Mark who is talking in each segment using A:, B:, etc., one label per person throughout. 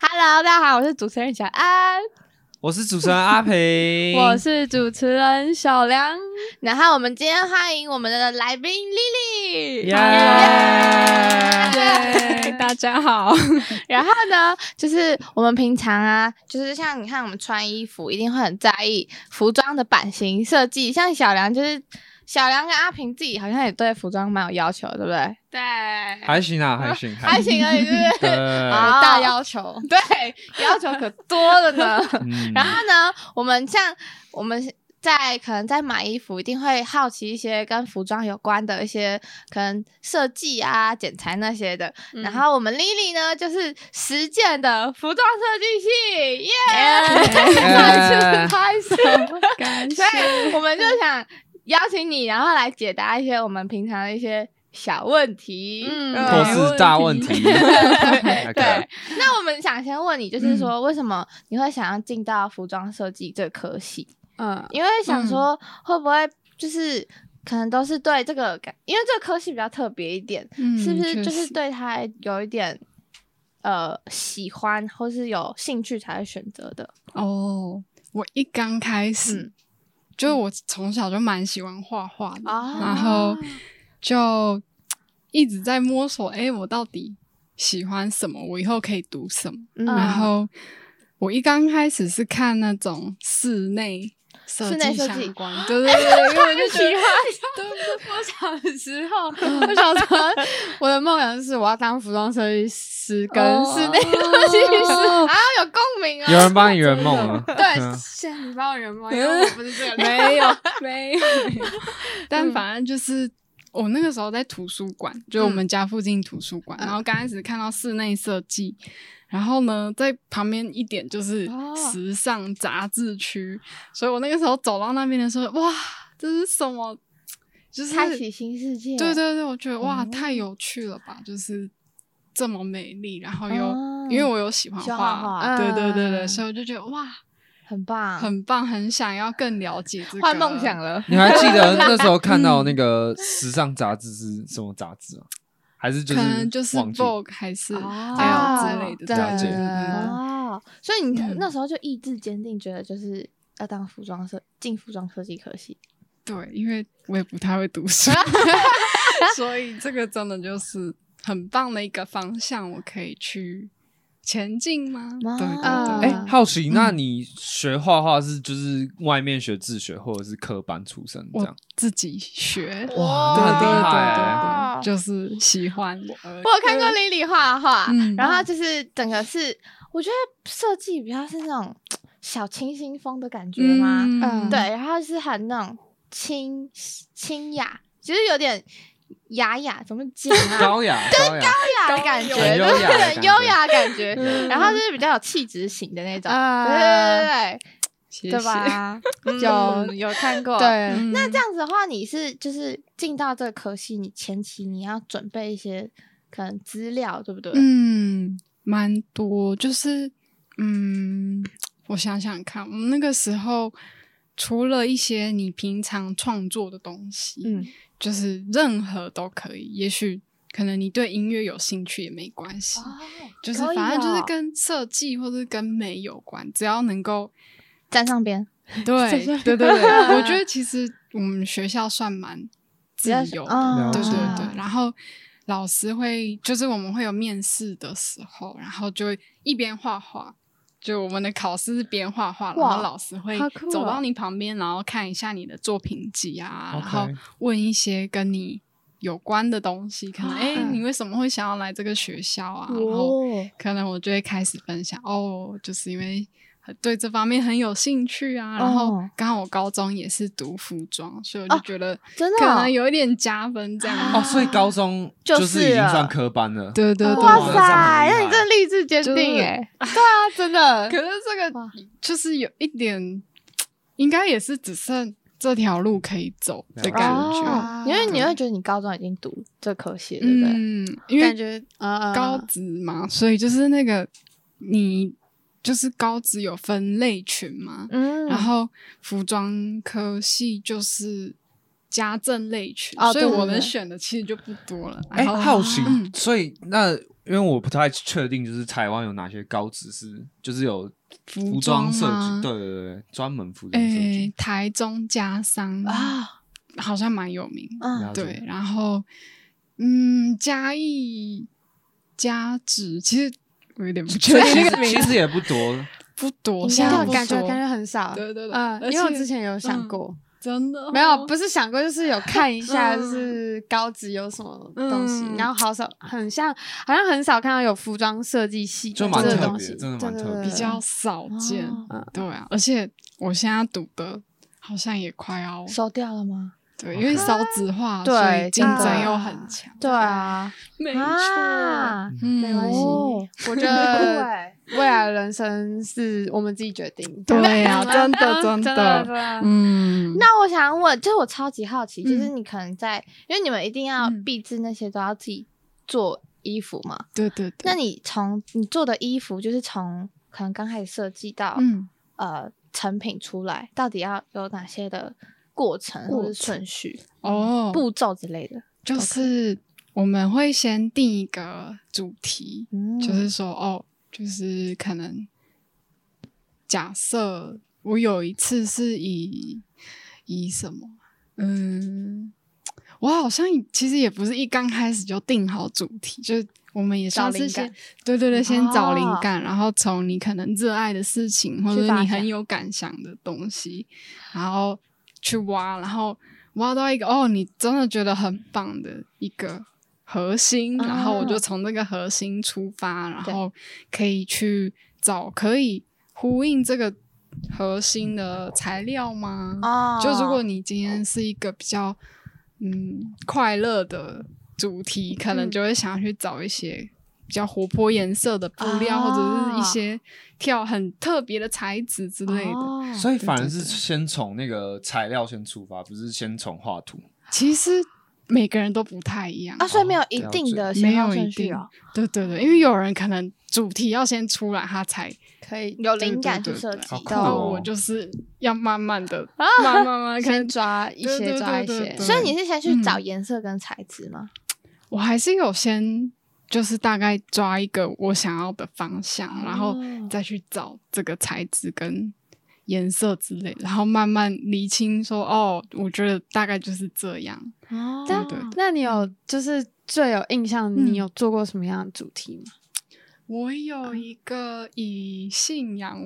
A: 大家好，我是主持人小安，
B: 我是主持人阿培，
A: 我是主持人小梁。
C: 然后我们今天欢迎我们的来宾 Lily。
B: 耶，
A: 对，大家 好，
C: 然后呢，就是我们平常啊，就是像你看我们穿衣服，一定会很在意服装的版型设计。像小梁就是小梁跟阿平自己好像也对服装蛮有要求的，对不对？
A: 对，
B: 还行啊，还行，
C: 还行而已， 是不
B: 对，
C: 是？啊
A: 大要求，
C: 对，要求可多了呢。
B: 嗯
C: 然后呢，我们像我们在可能在买衣服，一定会好奇一些跟服装有关的一些可能设计啊、剪裁那些的。
A: 嗯
C: 然后我们 Lily 呢，就是实践的服装设计系，耶、
B: 哎
A: 再次拍手，感谢
C: 所。以我们就想邀请你，然后来解答一些我们平常的一些小问题。
A: 嗯
B: 都是大问题，
C: 对，那我们想先问你，就是说，为什么你会想要进到服装设计这科系？
A: 嗯，
C: 因为想说会不会就是可能都是对这个感，因为这个科系比较特别一点，
D: 嗯
C: 是不是就是对它有一点呃喜欢或是有兴趣才会选择的？
D: 哦，我一刚开始，
C: 嗯
D: 就是我从小就蛮喜欢画画
A: 哦
D: 的，
C: 啊
D: 然后就一直在摸索，哎、我到底喜欢什么？我以后可以读什么？
C: 嗯
D: 然后我一刚开始是看那种室内设
C: 室内
D: 计
C: 设
D: 相
C: 计
D: 关，对对对，因为我就觉 得
A: 我小时候，我小时候我的梦想是我要当服装设计师跟
C: 哦
A: 室内设计师。
C: 啊，有共鸣
B: 有
C: 啊！
B: 人帮你圆梦了，
A: 对，
B: 嗯
A: 现在你帮我人吗？因为我不是 这个料。
D: 没有没有，但反正就是。我那个时候在图书馆，就我们家附近图书馆，然后刚开始看到室内设计，然后呢，在旁边一点就是
A: 哦
D: 时尚杂志区，所以我那个时候走到那边的时候，哇，这是什么？就是
C: 开启新世界，
D: 对对对，我觉得哇，太有趣了吧！就是这么美丽，然后又、
C: 哦
D: 因为我有喜欢
C: 喜欢
D: 画，
C: 画
D: 对对对对，
A: 嗯
D: 所以我就觉得哇，
C: 很棒，
D: 很棒，很想要更了解这个
A: 换梦想。了，
B: 你还记得那时候看到那个时尚杂志是什么杂志吗？啊还是就
D: 可
B: 是
D: 能就是
B: 忘记
D: Vogue 还是
A: 哦
C: 啊
D: L 之类的，
B: 了解
D: 对对对
B: 嗯
D: 对
C: 哦。所以你
D: 嗯
C: 那时候就意志坚定，觉得就是要当服装设进服装设计科系。
D: 对，因为我也不太会读 书，所以这个真的就是很棒的一个方向，我可以去前进吗？
C: 哇
D: 对对
B: 哎
D: 对，
C: 嗯，
B: 好奇，那你学画画是就是外面学自学，或者是科班出身这样
D: 我？自己学，
B: 哇
D: 对
B: 那很
D: 对
B: 厉害
D: 对
C: 欸
D: 对，就是喜欢我而已。
C: 我有看过 Lily 画画，
D: 嗯
C: 然后她就是整个是，我觉得设计比较是那种小清新风的感觉嘛，
A: 嗯
C: 对，然后是很那种清清雅，其实有点雅雅，怎么讲啊？
B: 高雅，高雅，
C: 优雅的感觉，
B: 很优
C: 对，
B: 雅的感
C: 很
B: 觉
C: 优雅的感觉，
B: 嗯
C: 然后就是比较有气质型的那种，对
A: 啊
C: 对对对，
D: 谢谢
C: 对？吧？
A: 有有看过，
D: 嗯
C: 那这样子的话，你是就是进到这个科系，你前期你要准备一些可能资料，对不对？
D: 嗯，蛮多，就是嗯，我想想看，我们那个时候除了一些你平常创作的东西，
C: 嗯，
D: 就是任何都可以，也许。可能你对音乐有兴趣也没关系，就是
C: 哦可以
D: 反正就
C: 哦
D: 是跟设计或者跟美有关，只要能够
C: 站上边，
D: 对
A: 就是
D: 对对对，我觉 得其实我们学校算蛮自
C: 较
D: 由的，
C: 啊
D: 对对
B: 了解
D: 对。然后老师会，就是我们会有面试的时候，然后就会一边画画，就我们的考试是边画画，然
C: 哇
D: 后老师会
A: 好酷哦
D: 走到你旁边，然后看一下你的作品集啊，然
B: OK
D: 后问一些跟你有关的东西，可能
A: 啊
D: 哎、诶你为什么会想要来这个学校啊？然后
C: 哦，
D: 可能我就会开始分享哦，就是因为很对这方面很有兴趣啊。然后
C: 哦
D: 刚好我高中也是读服装，所以我就觉得
C: 真的
D: 可
C: 哦
D: 能有一点加分这样。
B: 哦，所以高中
C: 就是
B: 是已经
C: 了
B: 算科班了。
D: 对对对，
C: 哇
B: 哇
C: 塞，
B: 塞
C: 那你真的励志坚定哎！对啊，真的
D: 可是这
C: 哇
D: 个就是有一点，应该也是只剩这条路可以走的感觉。
C: 哦因为你会觉得你高中已经读这科系了，对不对？
D: 嗯，因为
A: 感觉啊
D: 高职嘛，所以就是那个你就是高职有分类群嘛，
C: 嗯
D: 然后服装科系就是家政类群，
C: 哦
D: 所以
C: 对对
D: 我
C: 对
D: 能选的其实就不多了。
B: 哎，
D: 然后
B: 好奇
D: 嗯，
B: 所以那因为我不太确定，就是台湾有哪些高职是就是有
D: 服
B: 服装设
D: 吗
B: 计，对对对，专门服装设
D: 诶、
B: 计。
D: 哎台中家商
C: 啊，
D: 好像蛮有名。
C: 嗯，
B: 了解
D: 对，，然后嗯，嘉义嘉职其实我有点不确
B: 所以
D: 定
B: 其
D: 那个
B: 实
D: 名
B: 其
D: 字
B: 实也不多，
D: 不多，
A: 应
D: 现在
A: 该
D: 不
A: 感觉
D: 多
A: 感觉很少。
D: 对对对，
A: 嗯，
D: 而
A: 因为我
D: 且
A: 之前有想
D: 嗯
A: 过，
D: 真的
A: 没有
D: 哦
A: 不是想过，就是有看一下，
D: 嗯
A: 就是高职有什么东西，
D: 嗯
A: 然后好少，很像，好像很少看到有服装设计系
B: 就
A: 这
B: 蛮
A: 个
B: 特
A: 东
B: 别
A: 西，
B: 真的蛮
A: 对
B: 特别
A: 对对
D: 比较少见，
A: 哦
D: 对啊，而且我现在读的好像也快要
C: 收掉了吗？
D: 对，因为少子化，
C: 对
D: 所以竞
C: 真
D: 争
C: 的
D: 又很强，
C: 对啊，
D: 没
C: 啊，
D: 嗯，
A: 没关系
C: 哦，
A: 我觉
C: 很酷
A: 得
C: 哎，
A: 未来的人生是我们自己决定。
D: 欸对呀
A: 真
D: 真 的
A: 真
D: 真
A: 的
D: 的
A: 真的，
D: 嗯，
C: 那我想问，就是我超级好奇，就是
D: 嗯
C: 你可能在，因为你们一定要
D: 嗯
C: 毕制那些都要自己做衣服嘛？
D: 对对对，
C: 那你从你做的衣服，就是从可能刚开始设计到
D: 嗯，
C: 呃成品出来，到底要有哪些的过程
D: 过
C: 或者顺序、
D: 哦，
C: 步骤之类的？
D: 就是我们会先定一个主题，
C: 嗯
D: 就是说哦，就是可能假设我有一次是以以什么，嗯，我好像其实也不是一刚开始就定好主题，就是我们也
C: 找
D: 算是
C: 灵
D: 先
C: 感
D: 对对对，先找灵
C: 哦
D: 感，然后从你可能热爱的事情或
C: 去
D: 者
C: 发
D: 你
C: 想
D: 很有感想的东西，然后去挖，然后挖到一个哦，你真的觉得很棒的一个核心，
C: 啊
D: 然后我就从这个核心出发，然
C: 对
D: 后可以去找可以呼应这个核心的材料吗？
C: 哦
D: 就如果你今天是一个比较嗯快乐的主题，可能
C: 嗯
D: 就会想要去找一些比较活泼颜色的布料，
C: 啊
D: 或者是一些跳很特别的材质之类的。
C: 哦
B: 所以反而
D: 对
B: 是
D: 对对
B: 先从那个材料先出发，不是先从画图。
D: 其实每个人都不太一样，
C: 啊，所以没有一
B: 了解
C: 定的
D: 没
C: 先后
D: 有一
C: 顺序
D: 定
C: 哦，。
D: 对对对，因为有人可能主题要先出来，他才
A: 可以
C: 有灵感
D: 对
C: 去
D: 对
C: 设
D: 对
C: 计
B: 好酷
D: 然
C: 的
B: 哦。
D: 后我就是要慢慢的，慢慢慢慢看
A: 啊先。抓一
D: 对
A: 些
D: 对
A: 抓一
D: 对对
A: 些
D: 对，
C: 所以你是先去
D: 嗯
C: 找颜色跟材质吗？
D: 我还是有先就是大概抓一个我想要的方向，
A: 哦
D: 然后再去找这个材质跟颜色之类，然后慢慢理清说哦，我觉得大概就是这样。
C: 哦
A: 但
D: 对对
A: 那你有就是最有印象，
D: 嗯
A: 你有做过什么样的主题吗？
D: 我有一个以信仰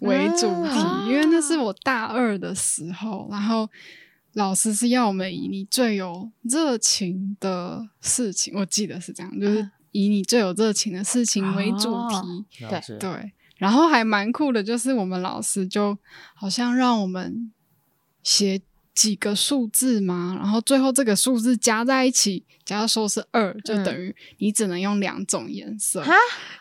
D: 为主题，
A: 啊
D: 因为那是我大二的时候，然后老师是要我们以你最有热情的事情，我记得是这样，就是以你最有热情的事情为主题。
C: 哦
B: 了解，
D: 对，然后还蛮酷的，就是我们老师就好像让我们写几个数字嘛，然后最后这个数字加在一起，假如说是二，就等于你只能用两种颜色。
C: 哈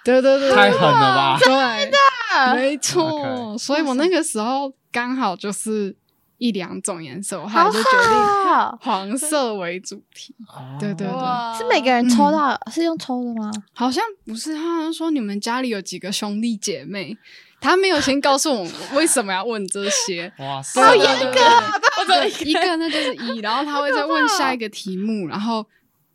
D: 对对对，
B: 太狠了吧！
D: 对
C: 的
D: 没错。
B: OK
D: 所以我那个时候刚好就是一两种颜色，我后来就决定
C: 好，哦
D: 黄色为主题。对对对
A: 哇
C: 是每个人抽到是用抽的吗？
D: 好像不是，他好像说你们家里有几个兄弟姐妹，他没有先告诉我们为什么要问这 些。
B: 哇塞，
D: 好
C: 严格
D: 格，或者一个那就是一，然后他会
C: 哦
D: 再问下一个题目，然后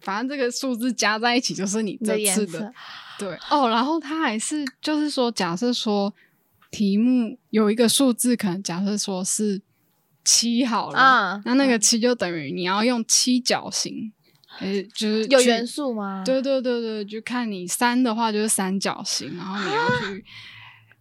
D: 反正这个数字加在一起就是你
C: 你
D: 这
C: 的颜
D: 次
C: 色
D: 的对哦，然后他还是就是说，假设说题目有一个数字，可能假设说是七好了，
C: 啊
D: 那那个七就等于你要用七角形，呃，就是
C: 有
D: 去
C: 元素吗？
D: 对对对对，就看你三的话就是三角形，然后你
C: 啊
D: 要去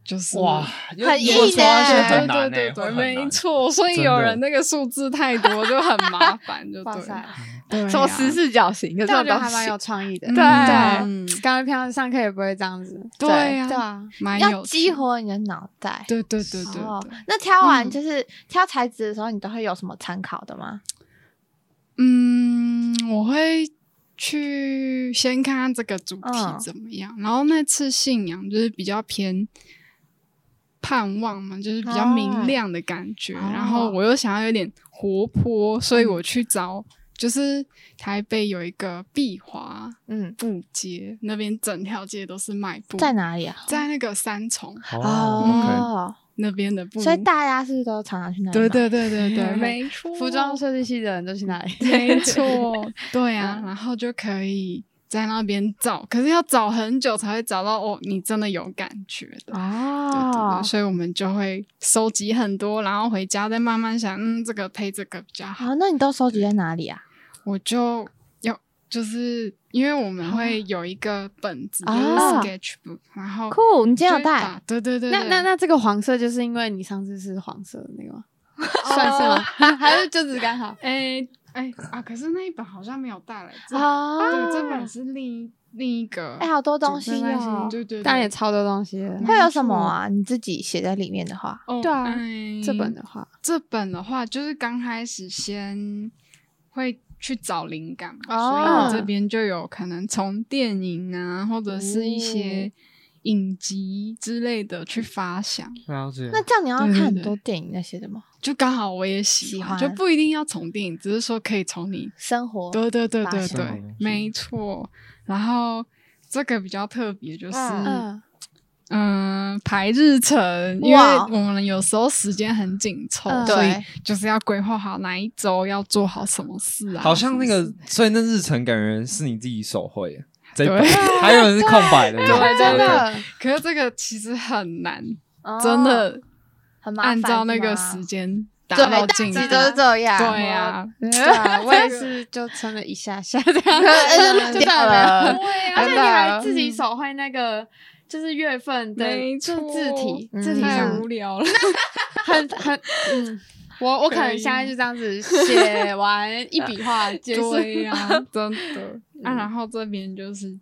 D: 就是
B: 哇，
C: 很
B: 如果
C: 硬
B: 抽到
C: 欸
B: 就
D: 对
B: 很
D: 对
B: 难欸
D: 对
B: 会
D: 对，
B: 很
D: 没
B: 难
D: 错。所以
B: 真
D: 有
B: 的
D: 人那个数字太多就很麻烦， 就
A: 哇
D: 对
A: 塞
D: 了，，对啊
E: 什么
D: 呀
E: 十四角形的
A: 啊但
E: 这种
A: 我觉得
E: 东
A: 还蛮
E: 西
A: 有，创意的。
D: 嗯
E: 对
D: 嗯
A: 感觉平常上课也不会这样子。
D: 对呀
A: 对啊，
D: 蛮有
C: 要
D: 趣
C: 激，活你的脑袋。
D: 对对对对
C: 哦
D: 对，，
C: 那挑完
D: 嗯
C: 就是挑材质的时候，你都会有什么参考的吗？
D: 嗯，我会去先看看这个主题
C: 嗯
D: 怎么样，然后那次信仰就是比较偏盼望嘛，就是比较明亮的感觉，
C: 哦嗯
D: 然后我又想要有点活泼，所以我去找。就是台北有一个碧华
C: 嗯，
D: 布街，那边整条街都是卖布，
C: 在哪里啊？
D: 在那个三重
B: 哦
C: 哦，
D: 那边的布，
C: 所以大家是不是都常常去那里买？
D: 对对对对 对，没错，
A: 服装设计系的人都去哪里？
C: 嗯
D: 没错，对啊，然后就可以在那边找，可是要找很久才会找到哦，你真的有感觉的。对对
C: 哦
D: 对，所以我们就会收集很多，然后回家再慢慢想，嗯，这个配这个比较好。
C: 好，那你都收集在哪里啊？
D: 我就要就是因为我们会有一个本子，就是
C: 哦啊
D: sketchbook，然后
C: 酷，你今
D: 就
C: 天有
D: 会
C: 带？
D: 把，对对对，
A: 那
D: 对
A: 那那这个黄色就是因为你上次是黄色的那个吗？算是吗？哦 还是就只刚好？
D: 哎哎啊，可是那一本好像没有带来，这
C: 啊，
D: 哦对，这本是另一另一个，
C: 哎，好多
D: 主
C: 东西
D: 没关系
C: 哦。
D: 对对，对
A: 当然也超多东西的。
C: 会有什么啊？你自己写在里面的话，
D: 哦
A: 对啊
D: 哎
A: 这本的话，
D: 这本的话，就是刚开始先会去找灵感嘛，
C: 哦
D: 所以我这边就有可能从电影啊，或者是一些影集之类的去发想。
B: 了解。
C: 那这样你要看
D: 对对
C: 很
D: 对
C: 多电影那些的吗？
D: 就刚好我也喜
C: 喜
D: 欢，
C: 欢哦
D: 就不一定要从电影，只是说可以从你，
C: 生活
D: 对对对对
B: 发想
D: 对，没错。然后这个比较特别，就是
C: 嗯
A: 嗯，
D: 嗯，排日程，因为
C: 哇
D: 我们有时候时间很紧凑，
A: 嗯
D: 所以
C: 对
D: 就是要规划好哪一周要做好什么事啊。
B: 好像那
D: 什么
B: 个
D: 事，
B: 所以那日程感觉是你自己手绘耶，这一
D: 对
B: 本 还有人是空白的，对
D: 对
A: 真的
D: 可是这个其实很难，
C: 哦
D: 真的
C: 很麻烦，
D: 按照那个
C: 是吗
D: 时间达
C: 对，
D: 到
C: 大
D: 进
C: 集
D: 度。
C: 都是这样，
D: 对啊，
A: 对 啊，我也是就撑了一下下这 样，
C: 哎就
A: 就
C: 掉
A: 到
C: 了
A: 了。对
C: 真的
A: 啊而且你还自己手绘那个。就是月份的
D: 没
A: 就
D: 错
A: 字体，
C: 嗯
A: 字体
D: 太
A: 上
D: 无聊了。
A: 很很嗯，我我可能现在就这样子写完一笔 画结
C: 啊
A: 束。
D: 对呀、真的。
C: 嗯
D: 啊，然后这边就是，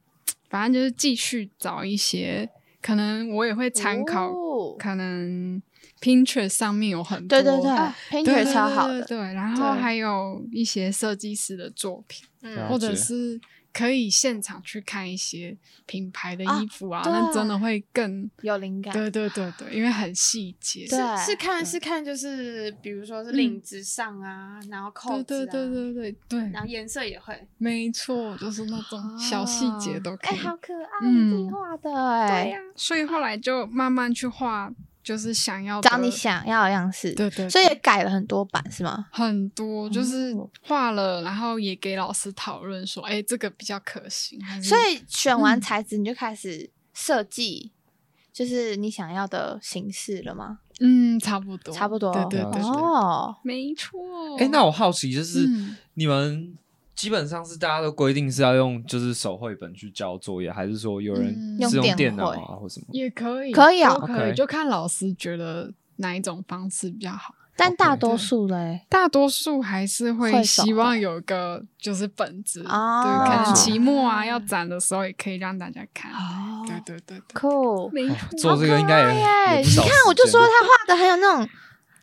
D: 反正就是继续找一些，可能我也会参考，
C: 哦
D: 可能 Pinterest 上面有很多
C: 对对对
D: 啊，
C: 拼
D: 对
C: 觉
D: 对
C: 超好
D: 对
C: 的，
D: 对对，然后
A: 对
D: 还有一些设计师的作品，
B: 啊了
D: 嗯或者
B: 解
D: 是可以现场去看一些品牌的
C: 啊
D: 衣服啊，
C: 对
D: 那真的会更
C: 有灵感，
D: 对对对对，因为很细节。
C: 对
A: 是是看是看，就是比如说是领子上啊，然后扣
D: 对
A: 子、啊，
D: 对对对对对
A: 然，后颜色也会。
D: 没错，就是那种小细节都可
C: 哎，
D: 以。
C: 好可爱，
D: 嗯
C: 自己画的哎，
D: 所以后来就慢慢去画，就是想要的
C: 找你想要的样式，
D: 对对，
C: 所以
D: 对
C: 也改了很多版是吗？
D: 很多就是
C: 哦
D: 画了，然后也给老师讨论说，哎，这个比较可行。还是
C: 所以选完
D: 嗯
C: 材质你就开始设计，就是你想要的形式了吗？
D: 嗯，差不多，
C: 差不多
D: 对对
B: 了
D: 对，
B: 解
C: 哦，
D: 没错。
B: 哎，那我好奇就是
D: 嗯
B: 你们基本上是大家都规定是要用就是手绘本去交作业，还是说有人
D: 嗯
B: 是
C: 用电
B: 用电脑
C: 绘
B: 啊或什么？
D: 也可以，
C: 可以啊
D: 都可
B: OK
D: 以，就看老师觉得哪一种方式比较好。
C: 但大多
D: 对
C: 数嘞，
D: 大多数还是
C: 会
D: 会
C: 手
D: 希望有一个就是本子，对，
C: 哦
D: 可能
B: 没错
D: 期末啊要展的时候也可以让大家看。
C: 哦
D: 对对对对，
C: 酷，
D: 没错，
B: 做这个应该也
C: 耶！
B: 也不
C: 你
B: 少
C: 看，我
B: 时
C: 就
B: 间
C: 说
B: 吧
C: 他画的很有那种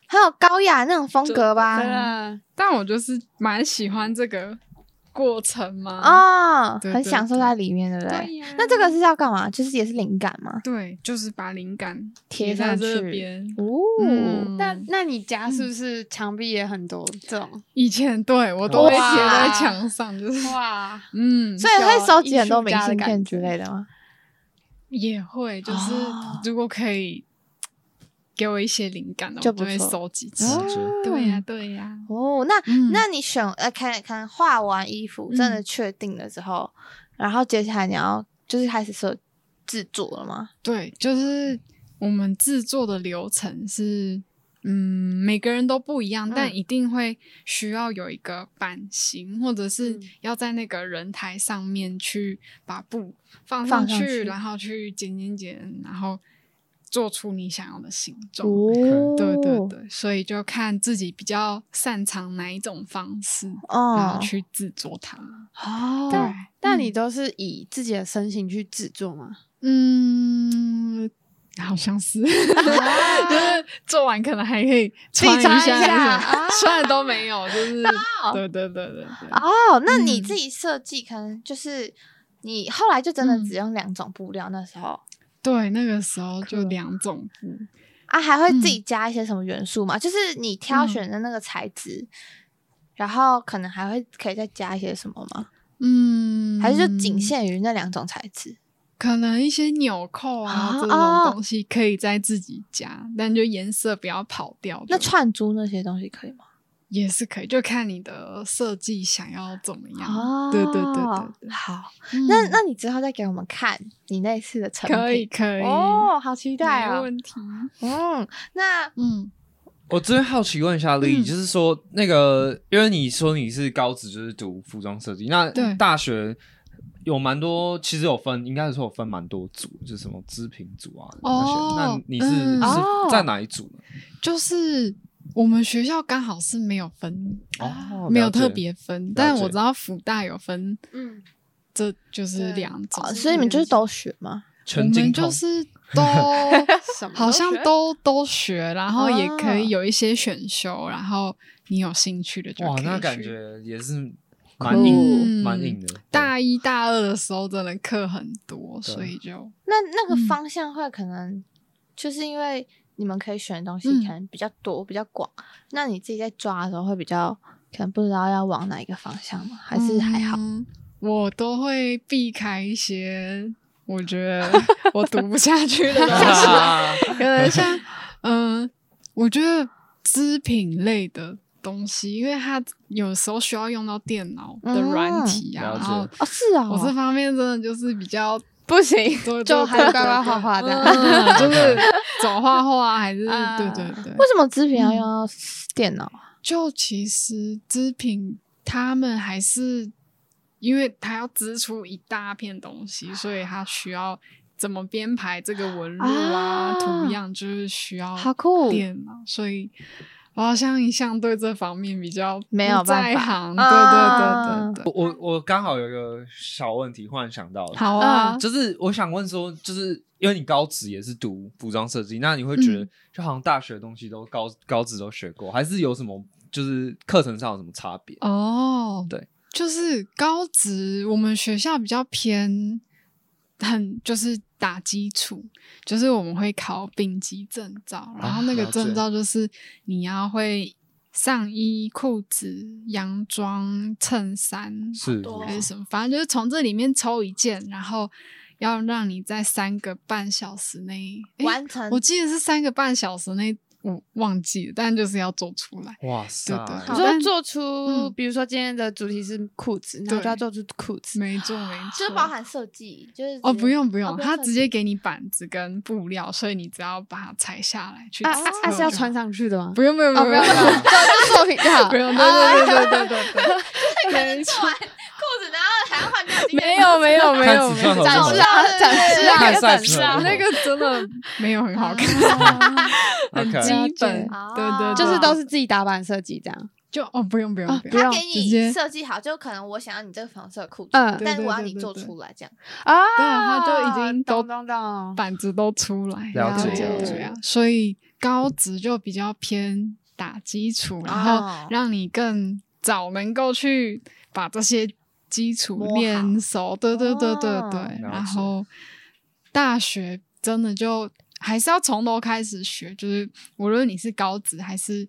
C: 很有高雅那种风格
A: 对
C: 吧，
A: 啊，
D: 但我就是蛮喜欢这个过程嘛。，
C: 哦，
D: 对
C: 很
D: 对
C: 享受
D: 对
C: 在里面，对不对？
D: 对呀。
C: 那这个是要干嘛？就是也是灵感嘛，
D: 对，就是把灵感
C: 贴
D: 在
C: 上
D: 这
C: 去
D: 边。
C: 哦，
D: 嗯
A: 那那你家是不是墙壁也很多这种？
D: 以前对我都会贴在
A: 哇
D: 墙上，就是
A: 哇，
D: 嗯，
C: 所以会
A: 小
C: 收集
A: 艺
C: 很多
A: 术
C: 明
A: 家的
C: 信
A: 感
C: 片
A: 觉
C: 之类的吗？
D: 也会，就是
C: 哦
D: 如果可以给我一些灵感的，
C: 就
D: 我
C: 不
D: 就会
C: 错啊
D: 收集起来。
B: 了解
D: 对呀，对呀，
C: 哦，那
D: 嗯
C: 那你选呃，看看画完衣服真的
D: 嗯
C: 确定了之后，然后接下来你要就是开始设制作了吗？
D: 对，就是我们制作的流程是，嗯，每个人都不一样，
C: 嗯
D: 但一定会需要有一个版型，或者是
A: 嗯
D: 要在那个人台上面去把布放
C: 放
D: 上
C: 上去
D: 然后去剪剪剪，然后做出你想要的形状。
C: 哦，
D: 对对，对，所以就看自己比较擅长哪一种方式，然
C: 哦
D: 后，去制作它们。对
A: 哦，那
D: 嗯
A: 你都是以自己的身形去制作吗？
D: 嗯，好像是， 就是做完可能还可以穿
C: 啊自己穿一
D: 下
C: 下
D: 什
C: 啊
D: 么，虽然都没有，就是对对对对对，
C: 哦，那你
D: 嗯
C: 自己设计可能就是你后来就真的
D: 嗯
C: 只用两种布料，那时候
D: 对那个时候就两种布，
C: 啊，还会自
D: 嗯
C: 己加一些什么元素嘛？就是你挑
D: 嗯
C: 选的那个材质，然后可能还会可以再加一些什么吗？
D: 嗯，
C: 还是就仅限于那两种材质？
D: 可能一些纽扣啊
C: 啊
D: 这
C: 哦
D: 种东西可以再自己加，但就颜色不要跑掉就好。
C: 那串珠那些东西可以吗？
D: 也是可以，就看你的设计想要怎么样。
C: 哦，
D: 对对对对对，
C: 好，
D: 嗯
C: 那那你之后再给我们看你那次的成品，
D: 可以可以，
C: 哦，好期待
D: 没
C: 哦。
D: 问题。
C: 嗯，那
D: 嗯，
B: 我这边好奇问一下丽，
D: 嗯
B: 就是说那个，因为你说你是高职就是读服装设计，那
D: 对
B: 大学有蛮多，其实有分，应该是说有分蛮多组，就是什么织品组啊那些。
D: 哦
B: 那你是、
D: 嗯
C: 哦
B: 是在哪一组呢？
D: 就是我们学校刚好是没有分，
B: 哦，
D: 没有
B: 了解
D: 特。别分，但
B: 解
D: 我知道福大有分，
A: 嗯，
D: 这就是
A: 对
D: 两种
C: 哦。所以你们就是都学吗？
D: 我
B: 全
D: 们
B: 精
D: 就
B: 通
D: 是都
A: 什么
D: 好像
A: 学
D: 都都学，然后也可
C: 啊
D: 以有一些选修，然后你有兴趣的就
B: 哇
D: 可，以
B: 那感
D: 去
B: 觉也是蛮
C: 酷
B: 硬，蛮
D: 嗯
B: 硬的。
D: 大一大二的时候真的课很多，
B: 对
D: 所以就
C: 那那个
D: 嗯
C: 方向会可能就是因为你们可以选的东西
D: 嗯
C: 可能比较多、比较广，那你自己在抓的时候会比较可能不知道要往哪一个方向吗？还是还好？
D: 嗯我都会避开一些我觉得我读不下去的 东西，
B: 对
D: 可能像 嗯、我觉得织品类的。东西，因为它有时候需要用到电脑的软体
B: 嗯
D: 啊，
B: 了
D: 然
B: 解
D: 后
C: 哦， 是啊、
D: 我这方面真的就是比较
C: 不行，
D: 多
A: 就还是乖乖画。画
D: 多
A: 的，
D: 嗯就是走画画还是
A: 啊
D: 对对对，
C: 为什么织品
D: 嗯
C: 要用到电脑？
D: 就其实织品他们还是因为他要织出一大片东西，所以他需要怎么编排这个纹路啊、
C: 啊
D: 图样，就是需要
C: 好酷
D: 电脑，所以。我好像一向对这方面比较
C: 没有
D: 不在
C: 办法
D: 行，
C: 啊
D: 对对对对
B: 我我我刚好有一个小问题，忽然想到了
D: 对，，好
C: 嗯
D: 啊，
B: 就是我想问说，就是因为你高职也是读服装设计，那你会觉
D: 嗯
B: 得就好像大学的东西都高高职都学过，还是有什么就是课程上有什么差别？
D: 哦，
B: 对，
D: 就是高职，我们学校比较偏很就是打基础，就是我们会考丙级证照，然后那个
B: 啊了解
D: 证照就是你要会上衣、裤子、洋装、衬衫
B: 是
A: 多
D: 还是什么，反正就是从这里面抽一件，然后要让你在三个半小时内诶
C: 完成
D: 我记得是三个半小时内，我忘记了，但就是要做出来。
B: 哇塞，
D: 对对
A: 你
D: 好
A: 说
D: 但
A: 做出，
D: 嗯
A: 比如说今天的主题是裤子，然后
D: 对
A: 就要做出裤子。
D: 没错，没错，
C: 就是包含设计，就是
D: 哦，
C: 直接
D: 不用不
C: 哦
D: 用，
C: 不
D: 他
C: 设
D: 直
C: 计
D: 接给你板子跟布料，所以你只要把它裁下来去
A: 啊
D: 制
A: 啊
D: 作
A: 啊！是要
D: 就
A: 穿上去的吗？
D: 不用不用
A: 哦，
D: 不
A: 不
D: 用不
A: 用，不
D: 用
A: 用，就就作品就 好
D: 不。用，对对对对对对对，
C: 可能做完裤子，然后还要换掉今
D: 没
C: 天
D: 有没有没
B: 看
D: 有
B: 尺
D: 没
B: 寸
D: 有
B: 合，不合
A: 展示啊，展示啊，
B: 看
A: 要展
B: size
A: 示
B: 合
A: 啊
B: 不，
D: 那个真的没有很好看，
A: 看。
D: 很
B: OK
D: 基本，
C: 了解啊
D: 对对，对
A: 啊就是都是自己打版设计这样。
D: 就哦，不用不用
A: 啊
D: 不
A: 不
D: 用，
C: 他
A: 用
C: 给
D: 直接
C: 你设计好，就可能我想要你这个粉色的裤子，
A: 嗯
C: 但是
D: 对对
C: 我要
D: 对
C: 你
D: 对
C: 做
D: 对
C: 出来这样。
A: 啊，
D: 对啊，他就已经都
A: 懂懂懂。
D: 板子都出来，
B: 了
A: 解
D: 对
A: 了
D: 对
A: 解
D: 对啊，所以高职就比较偏打基础，然后让你更早能够去把这些基础练熟，对对对对
C: 哦
D: 对，
B: 了
D: 然后大学真的就还是要从头开始学，就是无论你是高职还是。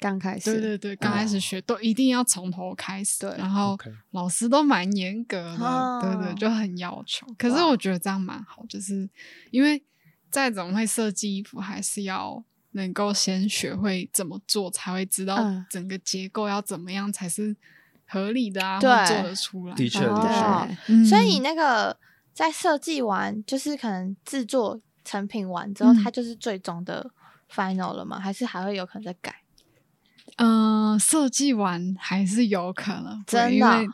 A: 刚开始
D: 对对对，刚开
C: 哦
D: 始学、都一定要从头开始，然后
B: OK
D: 老师都蛮严格的，
C: 哦
D: 对对，就很要求。可是
C: 哇哦
D: 我觉得这样蛮好，就是因为再怎么会设计衣服，还是要能够先学会怎么做，才会知道
A: 嗯
D: 整个结构要怎么样才是合理的啊，
C: 对
D: 或做得出来。
B: 的确
A: 哦
B: 的确，
C: 对
D: 嗯
C: 所以你那个在设计完，就是可能制作成品完之后，
D: 嗯
C: 它就是最终的 final 了吗？还是还会有可能再改？
D: 嗯、设计完还是有可能会，
C: 真的
D: 因
C: 哦
D: 为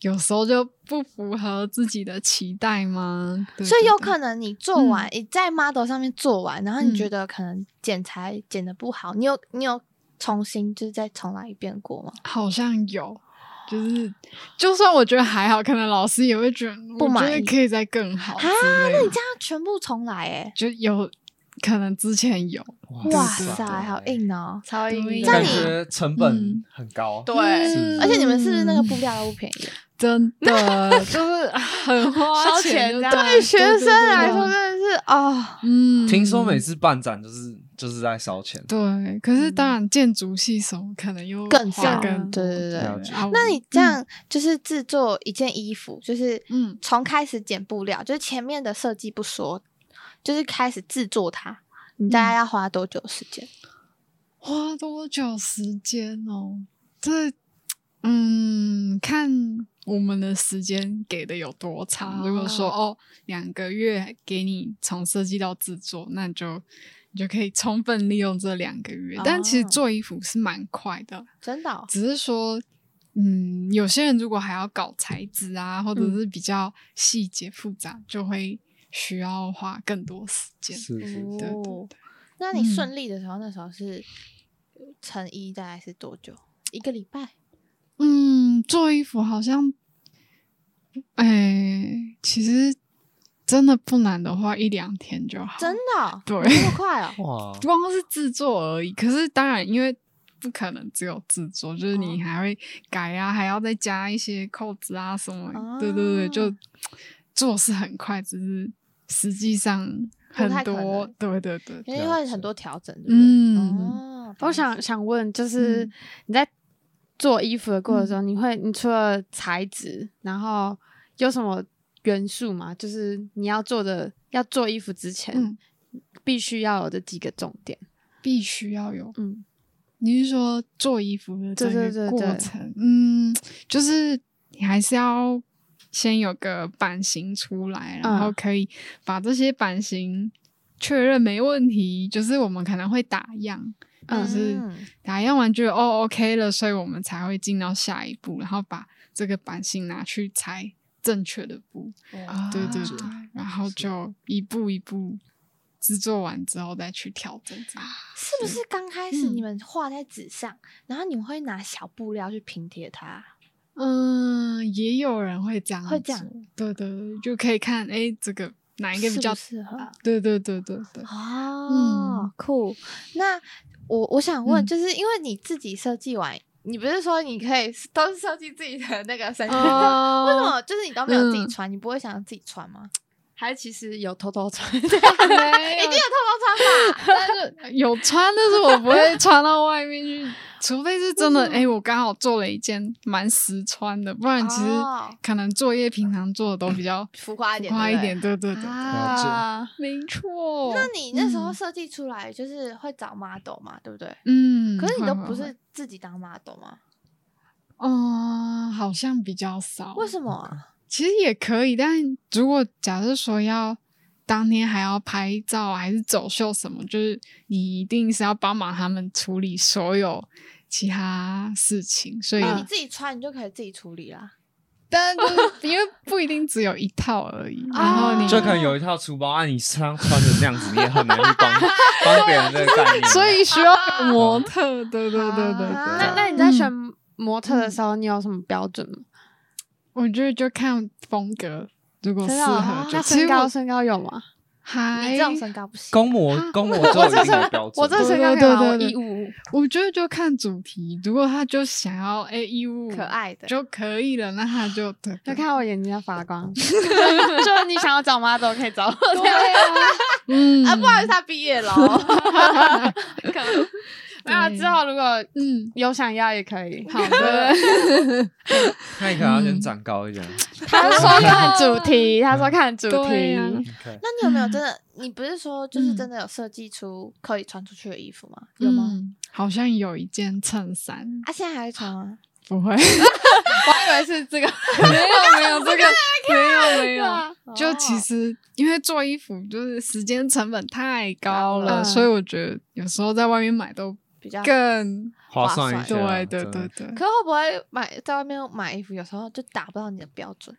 D: 有时候就不符合自己的期待吗？对
C: 所以
D: 对
C: 有
D: 对嗯
C: 可能你做完，你在 model 上面做完，然后你觉得可能剪裁剪的不好，你有你有重新就是再重来一遍过吗？
D: 好像有，就是就算我觉得还好，可能老师也会觉得
C: 不
D: 我觉
C: 满
D: 得
C: 意
D: 可以再更好
C: 啊
D: 之类
C: 那你
D: 的，
C: 这样全部重来、欸，
D: 就有可能之前有，
C: 哎，哇塞，
D: 嗯对啊
C: 好，硬哦！
A: 超
D: 对啊
A: 硬
D: 那
B: 感
A: 的。
D: 你嗯
B: 觉成本很高，啊
A: 对
B: 是
C: 嗯而且你们是不是那个布料都不便宜？
D: 真 的就是很花
A: 烧钱
D: 就
A: 这样
D: 对
A: 对
C: 学生来说真
D: 对对对
C: 的是哦，
D: 嗯，
B: 听说每次办展就是就是在烧钱，
D: 对，可是当然建筑系什么可能又
C: 嗯更
D: 花
C: 少
D: 更
C: 对
D: 多
C: 对对
B: 了解
D: 啊
C: 那
D: 我
C: 你这样就是制作一件衣服，就是
D: 嗯
C: 从开始剪布料，就是前面的设计不
D: 嗯
C: 说，就是开始制作它，你大概要花多久时间？
A: 花多久时间哦？这，嗯，看
D: 我们的时间给的有多长。如果说哦，两个月给你从设计到制作，那你就你就可以充分利用这两个月。但其实
C: 哦
D: 做衣服是蛮快的，
C: 真的哦、
D: 只是说，嗯，有些人如果还要搞材质啊，或者是比较细节复杂，就会需要花更多时间。
B: 是是
C: 哦
B: 是，！
D: 对对对
C: 那你
D: 嗯
C: 顺利的时候，那时候是成衣大概是多久？一个礼拜？
D: 嗯，做衣服好像，哎、其实真的不难的话，一两天就好。
C: 真的哦、
D: 对
C: 那么快哦
B: 哇，
D: 光是制作而已。可是当然，因为不可能只有制作，就是你
C: 哦
D: 还会改啊，还要再加一些扣子啊什么。
C: 哦
D: 对对对，就做是很快，只是实际上很
C: 不太可
D: 多
C: 能，
D: 对对对，
C: 因为
B: 了
C: 会
B: 解
C: 很多调整，对不对？
D: 嗯，
C: 哦，
A: 我想想问，就是
D: 嗯
A: 你在做衣服的过程中，你会你除了材质，然后有什么元素吗？就是你要做的，要做衣服之前、
D: 嗯
A: 必须要有的几个重点。
D: 必须要有。
A: 嗯，
D: 你是说做衣服的整
A: 对对
D: 个
A: 对
D: 过
A: 对
D: 程？嗯，就是你还是要先有个版型出来，然后
A: 嗯
D: 可以把这些版型确认没问题。就是我们可能会打样，
A: 嗯
D: 就是
C: 嗯
D: 打样完觉得哦 OK 了，所以我们才会进到下一步，然后把这个版型拿去裁正确的布。
C: 哦
D: 对对
A: 啊
D: 对，然后就一步一步制作完之后再去调整这
A: 啊
D: 样。
C: 是不是刚开始
D: 嗯
C: 你们画在纸上，然后你们会拿小布料去拼贴它？
D: 嗯，也有人会这样，
C: 会这样，
D: 对对对，就可以看哎，诶这个哪一个比
C: 适
D: 较
C: 不适合？
D: 对对对对对，
C: 哦
D: 嗯，
C: 酷。那我我想问，
D: 嗯
C: 就是因为你自己设计完，你不是说你可以都是设计自己的那个身材？ 为什
A: 哦，
C: 么就是你都没有自己
D: 嗯
C: 穿？你不会想要自己穿吗？
A: 还其实有偷 偷穿，
D: 没有，
C: 偷偷 穿吧。
D: 但是有穿，但是我不会穿到外面去，除非是真的哎，诶我刚好做了一件蛮实穿的，不然其实
C: 哦
D: 可能作业平常做的都比较
C: 浮夸一点
D: 浮夸
C: 对
D: 一
C: 不对
D: 点，对对对，
B: 了
A: 啊，
D: 没错。
C: 那你那时候
D: 嗯
C: 设计出来就是会找 model 嘛，对不对？
D: 嗯，
C: 可是你
D: 会
C: 都
D: 会哦
C: 不
D: 会
C: 是自己当 model 吗？
D: 嗯，好像比较少，
C: 为什么啊？
D: 其实也可以，但如果假设说要当天还要拍照还是走秀什么，就是你一定是要帮忙他们处理所有其他事情，所以、
C: 那
A: 嗯
C: 你自己穿你就可以自己处理啦。
D: 但就是 因为不一定只有一套而已，然后
A: 哦
D: 你
B: 这可能有一套粗包，按你身上穿的那样子，你也很难去帮帮别人这个概念。啊
D: 所以需要有
A: 啊
D: 模特，对对对对对。
C: 啊
A: 那那你在选模特的时候，你有什么标准吗？
D: 我觉得就看风格，如果
A: 真
D: 嗯适
A: 的哦
D: 合，就
A: 那
D: 其实
A: 身
D: 我
A: 高身高有吗？
D: 还
C: 你这种身高不行。
B: 公模公模都有一定的标准，
A: 我这身高可
D: 对
A: 以
D: 对
A: 吗？我
D: 对对
A: 一五五，
D: 我觉得就看主题，如果他就想要哎衣物
C: 可爱的
D: 就可以了，那他就对
A: 就
D: 对
A: 看我眼睛在 发光。就你想要找 model 可以找我。
D: 对啊，嗯
C: 啊，不好意思，他毕业了哦。
A: 可能 没有啊
D: 对
A: 之后如果
D: 嗯，
A: 有想要也可以。
D: 好的，
B: 那你可能要先长高一点。
A: 他说看主题，他说看
C: 啊
A: 主
D: 对啊
A: 题
D: 呀，
B: OK
C: 那你有没有真的？你不是说就是
D: 嗯
C: 真的有设计出可以穿出去的衣服吗？有吗？
D: 嗯？好像有一件衬衫，
C: 啊，现在还会穿吗？
D: 不会，
A: 我还以为是这个。
D: 没有没有 这个，没有没
A: 对
D: 有
A: 啊。
D: 就其实，因为做衣服就是时间成本太高了，
A: 嗯
D: 所以我觉得有时候在外面买都
C: 比较。可
D: 更
B: 划算一些啊，
D: 对对
B: 真的
D: 对对，
C: 会不会买在外面买衣服，有时候就达不到你的标准？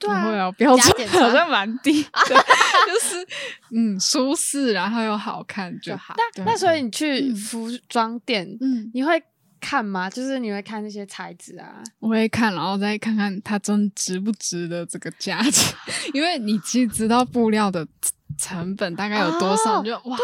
D: 不会啊，标
C: 加
D: 准
C: 减
D: 好
C: 穿
D: 像蛮 低的， 就是嗯舒适，然后又好看就
C: 就好
D: 对
A: 那所以你去
D: 嗯
A: 服装店，
D: 嗯，
A: 你会看吗？就是你会看那些材质啊？
D: 我会看，然后再看看它真值不值得这个价钱， 因为你其实知道布料的成本大概有多
C: 哦
D: 少，你就哇，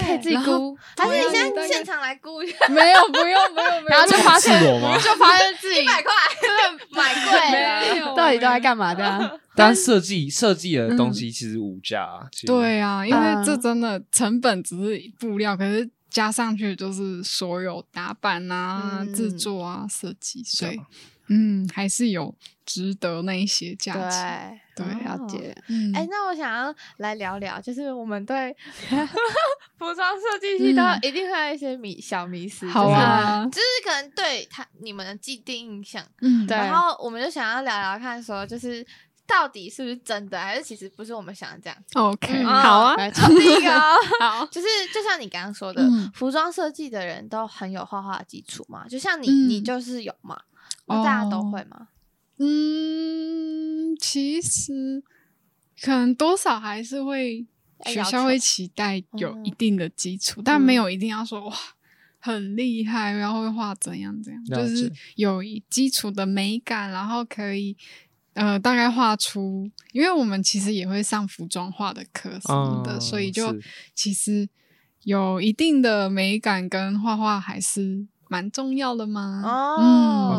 A: 可以自己
D: 然后
A: 估，
C: 还是你
D: 对啊
C: 现
D: 你
C: 在
D: 大概
C: 现场来估一下，
D: 没有不用不用，
A: 然后就发现
B: 赤裸吗
A: 就发现自己
C: 百块真的买贵
D: 没
C: 了。
D: 有
A: 到底都在
D: 没有
A: 干嘛这样？
B: 但设计设计的东西其实无价啊，其实
D: 对啊，因为这
A: 嗯
D: 真的成本只是布料，可是加上去就是所有打版啊、
C: 嗯
D: 制作啊、设计，所以
B: 对啊
D: 嗯，还是有值得那一些价值。
C: 对
D: 对
C: 哦
A: 了解。
D: 嗯，
C: 哎、那我想要来聊聊，就是我们对，服装设计系都一定会有一些迷小迷思，
D: 好啊
C: 就是就是可能对他你们的既定印象。
D: 嗯，
A: 对
C: 然后我们就想要聊聊看，说就是到底是不是真的，还是其实不是我们想的这样。
D: ，OK，
A: 嗯
D: 好啊，
A: 来
C: 哦第一个哦、
D: 好，
C: 就是就像你刚刚说的，
D: 嗯
C: 服装设计的人都很有画画的基础嘛，就像你、
D: 嗯
C: 你就是有嘛，
D: 哦
C: 大家都会嘛。
D: 嗯，其实可能多少还是会
C: 要
D: 学
C: 要
D: 校
C: 求
D: 会期待有
C: 嗯
D: 一定的基础，但没有一定要说哇很厉害，然后会画怎样怎样，
B: 了
D: 就是
B: 解
D: 有一基础的美感，然后可以。呃，大概画出，因为我们其实也会上服装画的课什么的，
B: 嗯
D: 所以就是其实有一定的美感跟画画还是蛮重要的嘛。
C: 哦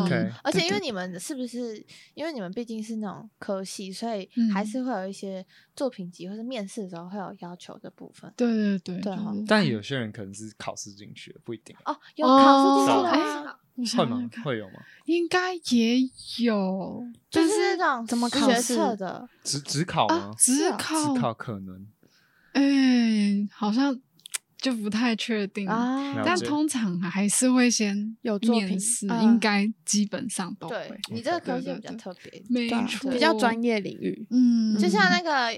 D: 嗯
B: OK
C: 而且因
D: 对
C: 为
D: 对
C: 你们是不是因为你们毕竟是那种科系，所以
D: 嗯
C: 还是会有一些作品集或是面试的时候会有要求的部分。
D: 对对对
C: 对哈
D: 就是
B: 但有些人可能是考试进去的，不一定
C: 哦，有考试进去
B: 哦
C: 的
D: 哎
C: 吗？
D: 我
B: 会
D: 想
B: 吗
D: 想？看，
B: 会有吗？
D: 应该也有，
C: 就
D: 但
C: 是那种
A: 怎么考
C: 学
A: 试
C: 测的？
B: 只只考吗？
D: 只
C: 啊
D: 考
B: 只考可能
D: 哎、好像就不太确定。
C: 啊
B: 了
D: 但
B: 解
D: 通常还是会先
A: 有作品
D: 面试，
A: 嗯
D: 应该基本上都
C: 对
D: 会。
C: 你这个科系
D: 对对
C: 比较
D: 对
C: 特别，
D: 没
A: 对啊
D: 错，
A: 比较专业领域。
D: 嗯，
C: 就像那个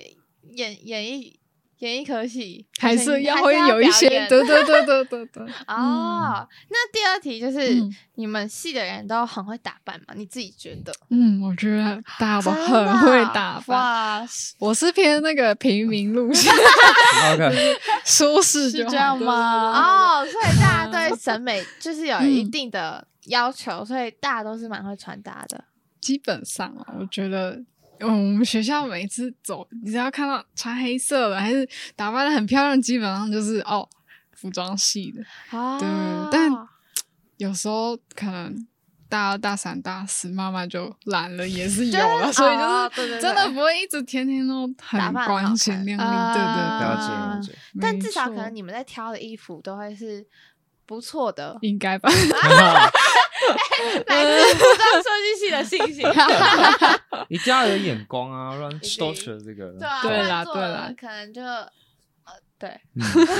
C: 演演艺演艺科系，
D: 还
C: 就是你
D: 要
C: 还
D: 会有一
C: 表
D: 些，
C: 演
D: 对 对对对对对，
C: 哦。那第二题就是
D: 嗯
C: 你们系的人都很会打扮嘛？你自己觉得？
D: 嗯，我觉得大家都
C: 真的
D: 很会打扮。
C: 哇，
D: 我是偏那个平民 路线，
B: ，OK，
D: 舒适
A: 是
D: 就好
A: 这 样吗？
C: 哦，所以大家对审美就是
D: 嗯
C: 有一定的要求，所以大家都是蛮会穿搭的。
D: 基本上啊，我觉得，嗯，我们学校每次走，你只要看到穿黑色的，还是打扮的很漂亮，基本上就是哦，服装系的。
C: 啊
D: 对，但有时候可能大二、大三、大四慢慢就懒了，也是有了，所以
C: 哦
D: 就
C: 对对对
D: 是真的不会一直天天都
C: 打
D: 很
C: 扮很好
D: 光鲜
C: 看
D: 亮
A: 啊
D: 丽。对对
B: 了
D: 对，
B: 解
A: 啊
B: 了解。
C: 但
D: 没
C: 至少可
D: 错
C: 能你们在挑的衣服都会是不错的，
D: 应该吧。
C: 来自服 装设计系的信心。
B: 一定要有眼光啊，不然
C: 定
B: 都学这个。
C: 对啊，
D: 对
C: 换
D: 啦
C: 做
D: 对
C: 了
D: 啦
C: 可能就呃，对，
B: 嗯
C: 做出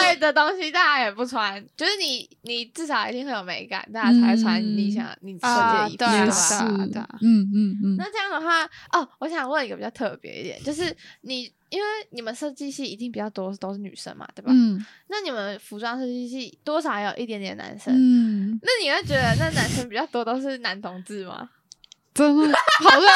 C: 来的东西大家也不穿，就是你你至少一定会有美感，大家才会穿
D: 嗯
C: 你想、你设
A: 啊
C: 计的衣服
A: 对 啊
D: 也
A: 对
D: 是
A: 啊
C: 吧。
A: 对啊
D: 嗯嗯嗯，
C: 那这样的话，哦，我想问一个比较特别一点，就是你因为你们设计系一定比较多都是女生嘛，对吧？
D: 嗯
C: 那你们服装设计系多少也有一点点男生。
D: 嗯，
C: 那你会觉得那男生比较多都是男同志吗？
D: 真的
C: 好像 假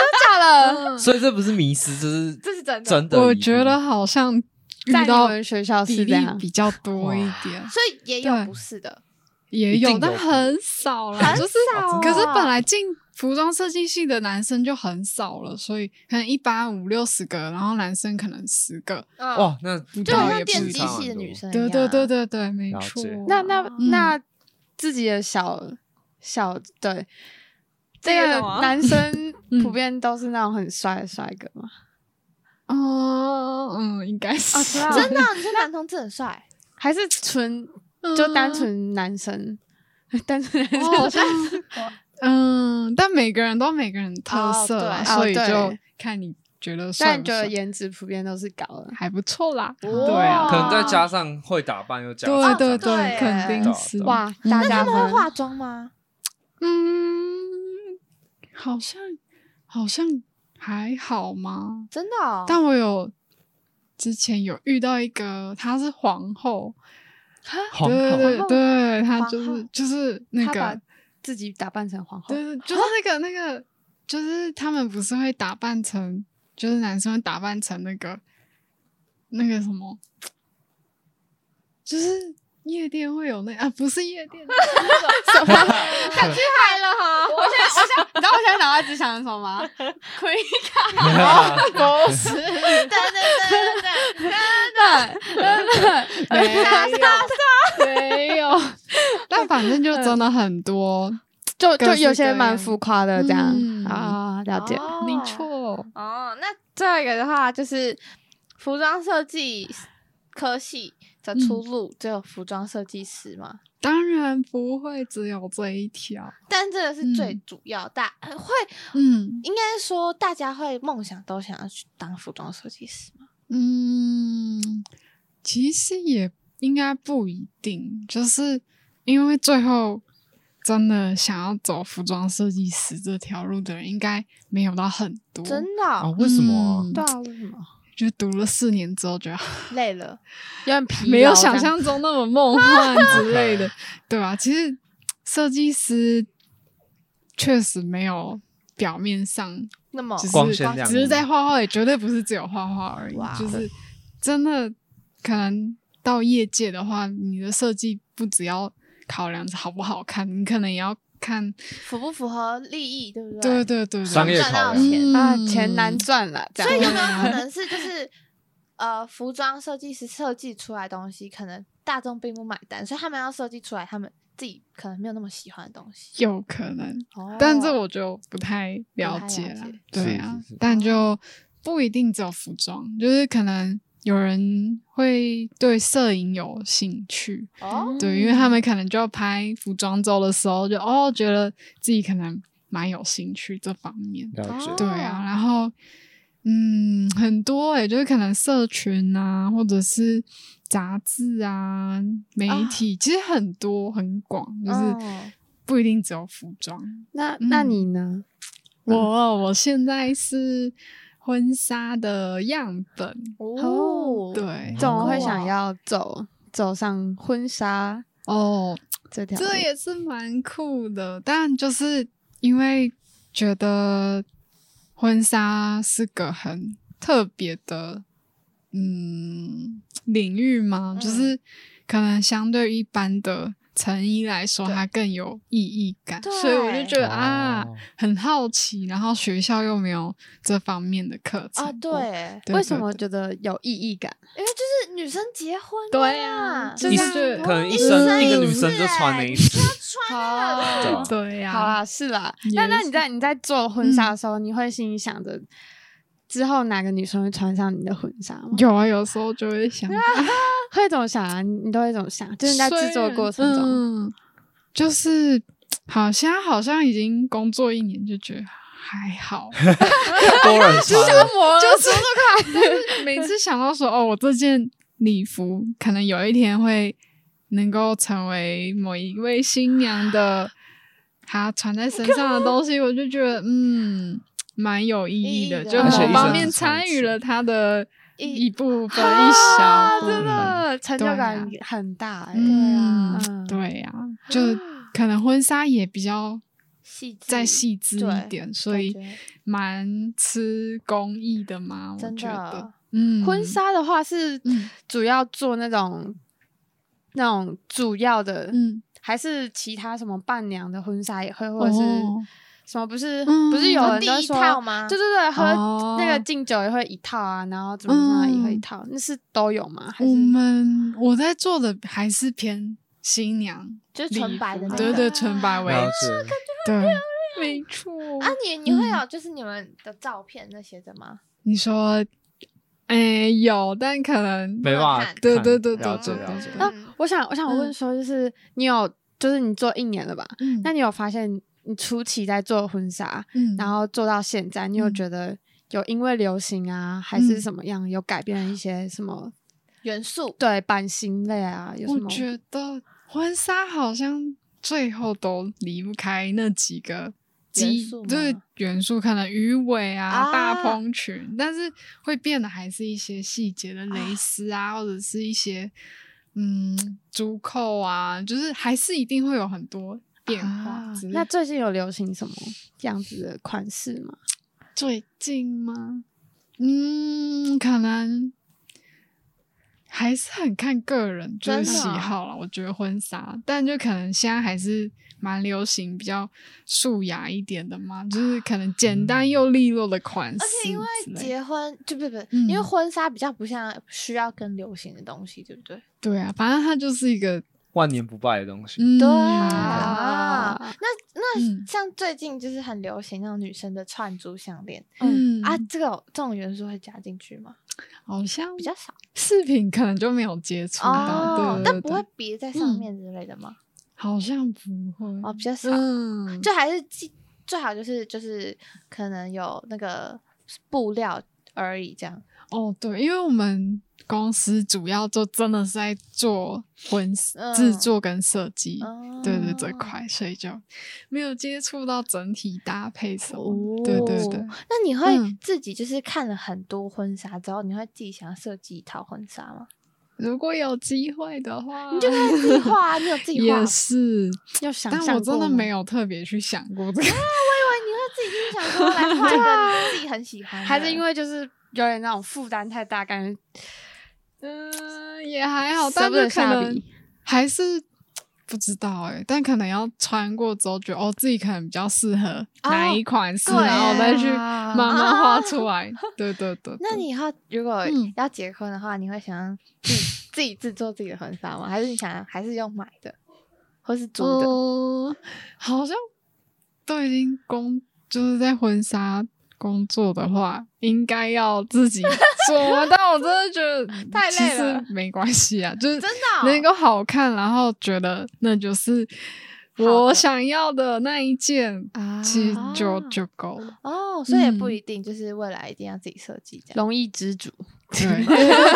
A: 嗯啊
C: 了，
B: 所以这不是迷失，这是
C: 这是真的。
B: 真的。
D: 我觉得，好像遇
A: 在你
D: 到
A: 们学校
D: 比
A: 哦是
D: 例
A: 这样
D: 比较多一点，
C: 所以也有
D: 对
C: 不是的，
D: 也
B: 一定
D: 有，
B: 有
D: 但很少啦，
C: 很
D: 就是
C: 少
D: 可是
C: 啊
D: 本来进服装设计系的男生就很少了，所以可能一般五六十个，然后男生可能十个。
C: 嗯，
B: 哇，那
C: 就
D: 好
C: 很
D: 倒
C: 像
D: 也不
C: 电
D: 是
C: 机
D: 差
C: 系的女，生一样
D: 对
C: 啊。
D: 对对对对，没
B: 了
D: 错
B: 解。
A: 那那
D: 嗯
A: 那自己的小小对，
C: 这
A: 这
C: 个
A: 个
C: 懂吗
A: 男生
D: 嗯
A: 普遍都是那种很帅的帅哥嘛，
D: 哦，嗯，应该是
A: 哦知道
C: 真的啊，你说男同志很 帅，
A: 还是纯就单纯男生， 单纯男
D: 哦，嗯好
A: 生
D: 像嗯，但每个人都有每个人的特
C: 哦
D: 色啦，
C: 对
D: 所以
A: 哦对
D: 就看你觉得帅
A: 但
D: 不
A: 觉得
D: 帅，
A: 颜值普遍都是高的。
D: 还不错啦。
C: 对
D: 啊
B: 可能再加上会打扮，又加
D: 对
B: 上
D: 对
C: 对耶
D: 肯定
B: 对啊
D: 是
B: 对
D: 哇。
A: 哇，大
C: 那
A: 家
C: 他们会
A: 欢
C: 化妆吗？
D: 嗯，好像好像还好吗？
C: 真的哦，
D: 但我有之前有遇到一个，她是皇后，
B: 皇
D: 对
B: 后
D: 对对对，她
C: 皇
D: 就
C: 后
D: 是就是那
A: 他把
D: 个，
A: 自己打扮成皇后
D: 对，对，就是那个那个，就是他们不是会打扮成，就是男生会打扮成那个那个什么，就是夜店会有那啊，不是夜店，
A: 什么？
C: 敢去海了哈！
A: 我现在我现在， 你知道我现在脑袋只想着什么吗？Queen 不是，
C: 对对对对对，
D: 没有，没有。但反正就真的很多，
A: 就就
D: 各式
A: 有些
D: 各
A: 蛮
D: 样
A: 浮夸的这样
D: 嗯
A: 啊，了解。
C: 哦
D: 没错。
C: 哦。那最后一个的话就是服装设计科系的
D: 嗯
C: 出路只有服装设计师吗？
D: 当然不会只有这一条，
C: 但这个是最
D: 嗯
C: 主要，大呃会
D: 嗯
C: 应该说大家会梦想都想要去当服装设计师吗？
D: 嗯，其实也应该不一定，就是因为最后真的想要走服装设计师这条路的人，应该没有到很多。
C: 真的哦、
B: 啊？为什么啊？
D: 嗯
C: 对啊，为什么
D: 就读了四年之后，觉得
C: 累了？
A: 有点疲劳
D: 没有
A: 这样
D: 想象中那么梦幻之 类
B: 嗯
D: 的，对吧、其实设计师确实没有表面上，
C: 那么
D: 只是
B: 光鲜亮丽
D: 哦只是在画画，也绝对不是只有画画而已
C: 哇，
D: 就是真的可能到业界的话，你的设计不只要考量好不好看，你可能也要看，
C: 符不符合利益，对不对？
D: 对对对，对
B: 嗯商业
C: 赚到
B: 考量
C: 钱
A: 啊，
D: 嗯
A: 钱难赚了，这
C: 所以有
A: 样
C: 没有 可能是就是呃，服装设计师设计出来的东西，可能大众并不买单，所以他们要设计出来他们自己可能没有那么喜欢的东西。
D: 有可能，
C: 哦
D: 但这我就不太了解
C: 不太
D: 了
C: 了解。
D: 对啊
B: 是是是，
D: 但就不一定只有服装，就是可能有人会对摄影有兴趣，
C: 哦，
D: 对，因为他们可能就拍服装周的时候就，哦，觉得自己可能蛮有兴趣这方面。
B: 了解
C: 哦
D: 对啊，然后嗯，很多诶、就是可能社群啊，或者是杂志啊、媒
C: 啊
D: 体，其实很多很广，就是
C: 哦
D: 不一定只有服装。
A: 那那
D: 嗯
A: 你呢？
D: 我我现在是婚纱的样本，
C: 哦，
D: 对
A: 怎么会想要走走上婚纱
D: 哦，
A: 这条路？
D: 这也是蛮酷的，但就是因为觉得婚纱是个很特别的，嗯，领域嘛，
C: 嗯
D: 就是可能相对一般的成衣来说，
C: 对
D: 它更有意义感，
C: 对
D: 所以我就觉得
B: 哦
D: 啊，很好奇，然后学校又没有这方面的课程
C: 啊，对，
D: 对
A: 为什
D: 对
A: 么
D: 对
A: 觉得有意义感？
C: 因为就是女生结婚啊，
D: 对啊
C: 就
D: 就
B: 一
D: 是
B: 生可能一
C: 一
B: 生
C: 生
B: 一个
C: 一
B: 女生
C: 次
B: 就穿
C: 欸
B: 那
C: 你
B: 一
C: 就
B: 次，
C: 穿
B: 对啊
D: 对呀、
A: 好啦，是啦。那那
D: 也嗯
A: 你在你在做婚纱的时候，你会心里想着之后哪个女生会穿上你的婚纱吗？
D: 有啊，有时候就会想，
A: 会怎么想啊？你你都会怎么想？就是你在制作过程
D: 虽
A: 中，
D: 然嗯、就是好像好像已经工作一年，就觉得还好，
B: 多 人
D: 哦
B: 穿，
A: 我
D: 就是但是每次想到说哦，我这件礼服可能有一天会能够成为某一位新娘 的，她穿在身上的东西，我就觉得嗯。蛮有意义的，
C: 意义的
D: 就
C: 而且
D: 某
C: 一
D: 方
C: 生
D: 面
B: 只穿一
D: 参
B: 次
D: 与了她的
C: 一
D: 一部分、
A: 啊
D: 一小部
A: 真
D: 分，
A: 的成就感
D: 对啊
A: 很大哎。
D: 嗯
A: 对啊嗯
D: 对呀、就可能婚纱也比较
C: 细致
D: 再细致一点，所以
C: 感觉
D: 蛮吃工艺的嘛，我
C: 真
D: 觉得
C: 的，。
D: 嗯，
A: 婚纱的话是
D: 嗯
A: 主要做那种那种主要的，
D: 嗯，
A: 还是其他什么伴娘的婚纱也会，或者是
D: 哦
A: 什么？不是
D: 嗯
A: 不是有人
C: 第
A: 都
C: 一
A: 说
C: 套吗
A: 对对对，喝
D: 哦
A: 那个敬酒也会一套啊，然后怎么怎么也会一
D: 嗯
A: 套，那是都有吗？还
D: 我
A: 是
D: 们我在做的还是偏新娘，
C: 就是纯白的
D: 礼
C: 那
D: 服
C: 个，啊
D: 对对，纯白为
B: 了解。
D: 对，没错
C: 啊，你你
D: 嗯
C: 会有就是你们的照片那些的吗？
D: 你说，哎，有，但可能
B: 没办法看，
D: 对对对
B: 了
D: 对
B: 解
D: 对
B: 了解
D: 对。
A: 啊
C: 嗯
A: 我想我想问说，就是你有就是你做一年了吧？
D: 嗯
A: 那你有发现你初期在做婚纱，
D: 嗯
A: 然后做到现在，你有
D: 嗯
A: 觉得有因为流行啊，还是
D: 嗯
A: 什么样，有改变一些什么？
C: 元素
A: 对版型类啊，有什
D: 我
A: 么？
D: 觉得婚纱好像最后都离不开那几个
C: 元
D: 基
C: 素，吗
D: 就是元素，可能鱼尾啊、
C: 啊
D: 大蓬裙，但是会变的还是一些细节的蕾丝啊，或者是一些嗯珠扣啊，就是还是一定会有很多变化
A: 啊
D: 之类的。
A: 那最近有流行什么样子的款式吗？
D: 最近吗？嗯，可能还是很看个人，就
C: 真的
D: 是喜
C: 啊
D: 好了。我觉得婚纱，但就可能现在还是蛮流行比较素雅一点的嘛，就是可能简单又利落的款式
C: 嗯而且因为
D: 之类的
C: 结婚，就不不，
D: 嗯
C: 因为婚纱比较不像需要跟流行的东西，对不对？
D: 对啊，反正它就是一个
B: 万年不败的东西。
D: 嗯，
C: 啊，那
D: 嗯
C: 那像最近就是很流行那种女生的串珠项链
D: 嗯
C: 啊，这个这种元素会加进去吗？
D: 好像
C: 比较少
D: 饰品可能就没有接触到，对
C: 哦
D: 对，
C: 但
D: 对
C: 不会别在上
D: 嗯
C: 面之类的吗？
D: 好像不会
C: 哦，比较少，
D: 嗯，
C: 就还是记最好就是就是可能有那个布料而已，这样
D: 哦，对，因为我们公司主要就真的是在做文
C: 嗯
D: 制作跟设计，
C: 哦
D: 对对这块，所以就没有接触到整体搭配什么。
C: 哦
D: 对对对，
C: 那你会
D: 嗯
C: 自己就是看了很多婚纱之后，你会自己想要设计一套婚纱吗？
D: 如果有机会的话，
C: 你就开始自己画啊，你有自己 画吗，
D: 也是，
A: 要想
D: 但
A: 象
D: 我真的没
A: 有，
D: 有特别去想过这个。
C: 因为啊你会自己就是想说来画一个你自己很喜欢的，
A: 还是因为就是有点那种负担太大，感觉
D: 嗯，也还好，
A: 舍
D: 但
A: 不得
D: 是可
A: 下
D: 能
A: 笔。
D: 还是不知道哎、但可能要穿过之后，觉得哦自己可能比较适合哪一款式，
C: 哦对
D: 然后再去
A: 啊
D: 慢慢画出 来。对对对
C: 那你以后如果
D: 嗯
C: 要结婚的话，你会想要自己自己制作自己的婚纱吗？还是你想要还是用买的，或是租的？哦
D: 嗯，好像都已经工就是在婚纱工作的话，应该要自己做。但我真的 觉得嗯
C: 太
D: 其
C: 累了
D: 实没关 系啊，就是
C: 真的哦
D: 能够好看，然后觉得那就是
C: 好的
D: 我想要的那一件，
A: 啊
D: 其实就就够 了。
C: 哦，所以也不
D: 嗯
C: 一定就是未来一定要自己设计这样。
A: 容易知足。
D: 对，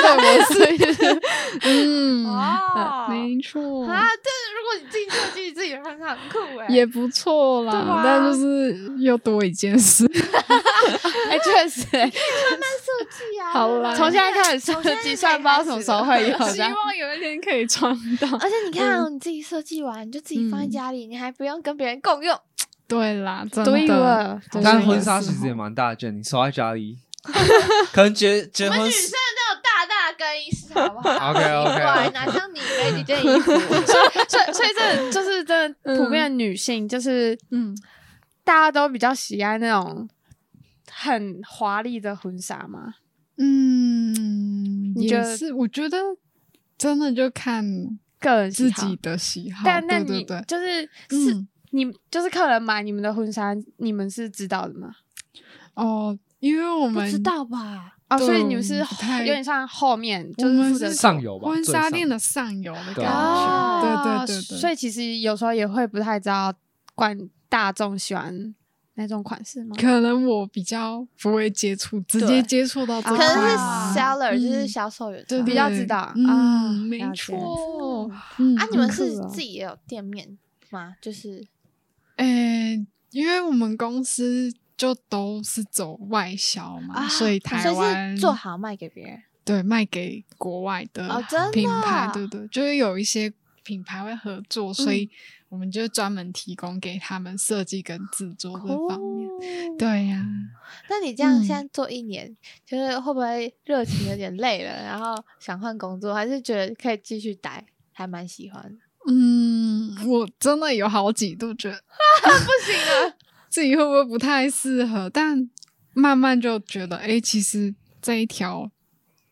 D: 我是 嗯，
C: 哦
D: 没错，
C: 啊，但是如果你自己设计自己的婚纱，很酷哎、
D: 也不错啦，
C: 对啊
D: 但就是又多一件事。
A: 哎，确实，
C: 设计啊，
D: 好啦
A: 从现在开始
C: 从
A: 设
C: 现在
A: 计，虽然不知道什么时候 会有
C: 开
A: 这
D: 希
A: 样。
D: 望有一天可以穿到。
C: 而且你看、哦，你自己设计完，你就自己放在
D: 嗯
C: 家里，你还不用跟别人共用。
D: 对啦，真
A: 对
D: 的。
A: 了，
D: 真的
B: 但
D: 有
B: 婚纱
D: 时
B: 其实也
D: 候
B: 蛮大件，你收在家 里，可能结结
C: 我们
B: 婚
C: 女生都有大大更衣室，好不 好
B: OK，OK，OK
C: 奇怪哪像你没几件衣服？
A: 所以所以这就是真的普遍的女性，就是
D: 嗯，
A: 大家都比较喜爱那种很华丽的婚纱嘛。
D: 嗯，
A: 你觉
D: 也
A: 得
D: 是，我觉得真的就看
A: 个人喜
D: 自
A: 好
D: 己，的喜好。
A: 但那
D: 哦对
A: 你
D: 对对，
A: 就是是
D: 嗯，
A: 你就是客人买你们的婚纱，你们是知道的吗？
D: 哦，因为我
C: 不
D: 们
C: 知道吧？
A: 哦，
D: 对
A: 所以你们是
D: 我们不太
A: 有点像后面，
D: 我
A: 就
D: 们
A: 负责
D: 是
B: 上游吧，
D: 婚
B: 最
D: 纱
B: 上
D: 店
B: 游
D: 的上游的感
B: 对啊
A: 哦
D: 觉，对对对对，
A: 所以其实有时候也会不太知道管大众喜欢哪种款式吗？
D: 可能我比较不会接触，直
C: 对
D: 接接触到这
A: 可
C: 可
D: 一
A: 能
D: 块
C: 能
A: 是
C: 是
D: 啊，
C: seller，、
D: 嗯
C: 就是销售员，
D: 对
A: 比较知道啊
D: 嗯，没
A: 了解
D: 错。嗯
C: 啊，你们
D: 嗯
C: 是
A: 酷哦
C: 自己也有店面吗？就是
D: 诶、因为我们公司就都是走外销嘛，啊所以台
C: 哦所以
D: 湾
C: 啊是做好卖给别人。
D: 对卖给国外的
C: 哦真的
D: 品牌，
C: 啊
D: 对对，就是有一些品牌会合作，所以我们就专门提供给他们设计跟制作这方面。
C: 哦
D: 对呀、
C: 那你这样
D: 嗯
C: 现在做一年，就是会不会热情有点累了，然后想换工作，还是觉得可以继续待，还蛮喜欢的？
D: 嗯，我真的有好几度觉得不行了， 自己会不会不太适合？但慢慢就觉得，哎、其实这一条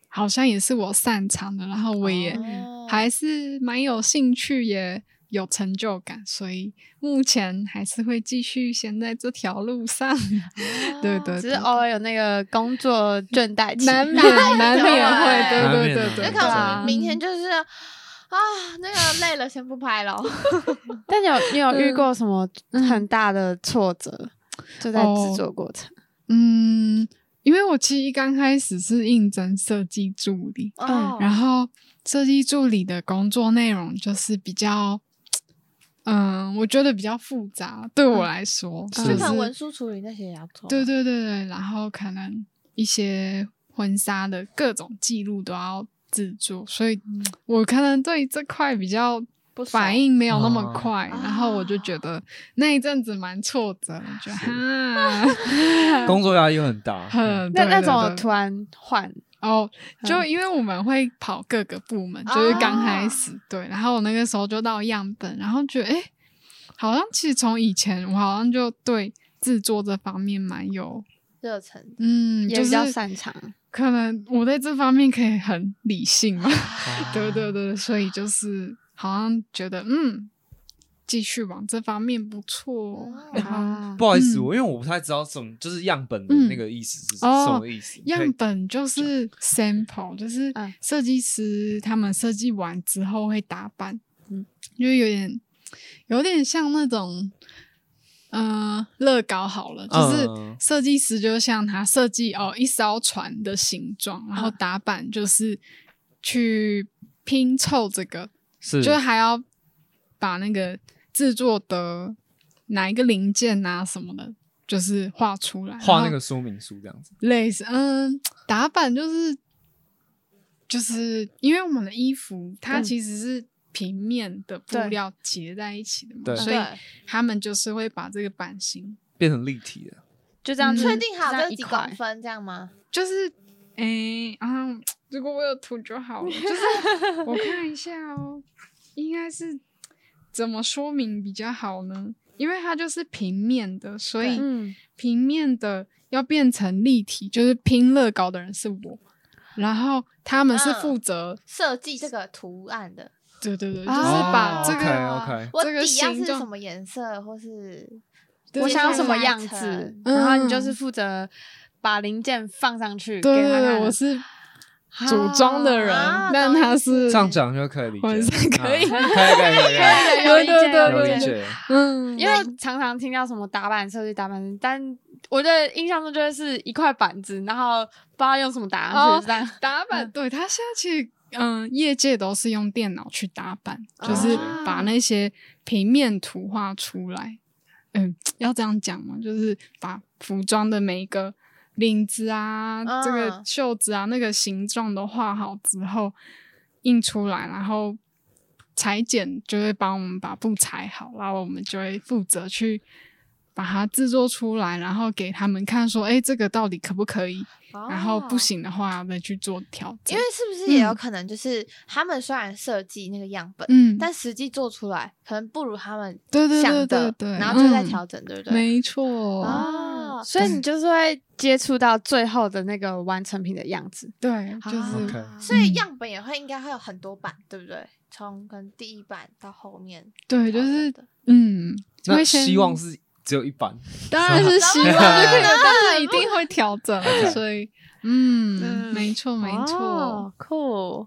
D: 好像也是我擅长的，然后我也
C: 哦
D: 还是蛮有兴趣，也有成就感，所以目前还是会继续先在这条路上。
C: 哦
D: 对对
A: 只
D: 对
A: 是，偶尔有那个工作倦怠期，
D: 难免难免
C: 难
D: 会，对对
B: 免
D: 对
C: 那可
B: 难免
D: 对，对
C: 能
D: 啊
C: 明天就是啊，那个累了，先不拍了。
A: 但你有你有
C: 嗯
A: 遇过什么很大的挫折？就在
C: 哦
A: 制作过程，
D: 嗯，因为我其实一刚开始是应征设计助理，
C: 哦
D: 哎然后设计助理的工作内容就是比较，嗯，我觉得比较复杂，对我来说，
B: 是
D: 就
C: 就
B: 可
C: 可
D: 是
C: 能文书处理那些也要做。
D: 对对对对，然后可能一些婚纱的各种记录都要制作，所以我可能对这块比较
C: 不熟
D: 反应没有那么
B: 啊
D: 快，然后我就觉得那一阵子蛮挫折的，觉得哈，
B: 工作压力又很大，
D: 很
A: 那
D: 对
A: 那
D: 对
A: 种
D: 对
A: 突然换，
D: 哦，就
A: 嗯
D: 因为我们会跑各个部门，就是
A: 哦
D: 刚开始、对，然后我那个时候就到样本，然后觉得诶，好像其实从以前我好像就对制作这方面蛮有，
C: 热忱，
D: 嗯，
A: 也
D: 就
A: 比
D: 是
A: 较擅长
D: 可能我在这方面可以很理性嘛，
B: 啊
D: 对对对，所以就是好像觉得嗯，继续往这方面不错，哦
C: 哦
D: 然后
A: 啊。
B: 不好意思，
D: 嗯
B: 我因为我不太知道什么，就是样本的那个意思是什
D: 嗯哦
B: 么意思。可以
D: 样本就是 sample，就是
A: 嗯
D: 设计师他们设计完之后会打版，
A: 嗯
D: 嗯，就有点有点像那种呃，乐高好
B: 嗯
D: 了，就是设计师就像他设计哦一艘船的形状，
B: 嗯
D: 然后打板就是去拼凑这个，
B: 是
D: 就是还要把那个制作的哪一个零件啊什么的，就是画出来，
B: 画那个说明书这样子。
D: 类似嗯，打板就是就是因为我们的衣服它
A: 嗯
D: 其实是平面的布
A: 对
D: 料结在一起的嘛，
B: 对
D: 所以他们就是会把这个版型，
B: 变成立体的，
A: 就这样
D: 嗯
A: 子，
D: 确
C: 定
A: 就
C: 好
A: 这样
C: 这
A: 一
C: 几
A: 块
C: 公分这样吗？
D: 就是诶啊、如果我有图就 好了，就是我看一下哦，应该是怎么说明比较好呢？因为它就是平面的，所以
A: 嗯，
D: 平面的要变成立体，就是拼乐高的人是我，然后他们是负责，
C: 设计这个图案的，
D: 对对对，就
C: 哦
A: 啊
D: 是
B: 哦
D: 把这个。
B: OK OK，
C: 我
D: 这个
C: 底要
D: 形
C: 是
D: 状
C: 什么颜色，或是
D: 对
A: 我
C: 接
A: 想要
C: 下
A: 什么
C: 来
A: 样
C: 层
A: 子，
D: 嗯
A: 然后你就是负责把零件放上去，
D: 对
A: 给
D: 对
A: 他
D: 对，
A: 看
D: 我是组装的人，
C: 啊
D: 但
C: 懂
D: 他
C: 意
D: 是
C: 思
B: 这样讲就可以理解了，
D: 我是可以
B: 啊可以可以可以可
A: 对有理解
D: 对
B: 以有
A: 有
B: 理
A: 理解
B: 解，
D: 嗯，
A: 因为常常听到什么打板设计打板，但我的印象中就会是一块板子，然后不知道用什么 打上
D: 哦
A: 去，这样、
D: 打板，对他现在其实嗯，业界都是用电脑去打板，就是
A: 啊
D: 把那些平面图画出来。嗯，要这样讲吗？就是把服装的每一个领子啊、
C: 嗯
D: 这个袖子啊、那个形状都画好之后印出来，然后裁剪就会帮我们把布裁好，然后我们就会负责去。把它制作出来，然后给他们看，说：“哎、这个到底可不可以？然后不
C: 哦
D: 行的话再去做调
C: 因
D: 整。
C: 为是不是也有
D: 嗯
C: 可能就是他们虽然设计那个样本，
D: 嗯，
C: 但实际做出来可能不如他们
D: 对对
C: 想
D: 对
C: 的
D: 对，对，
C: 然后就再
D: 嗯
C: 调整，对不对？
D: 没错，
C: 哦
A: 所以你就是会接触到最后的那个完成品的样子。
D: 对，就
A: 啊
D: 是
B: OK
C: 所以
D: 嗯
C: 样本也会应该会有很多版，对不对？从可能第一版到后面
D: 对，
C: 调整的，
D: 就是嗯，
B: 那
D: 会先
B: 希望是只有一版，
D: 当然是希望这个，但是一定会调整
B: OK
D: 啊，所以嗯，
A: 嗯
D: 没错没错，
A: 哦，酷，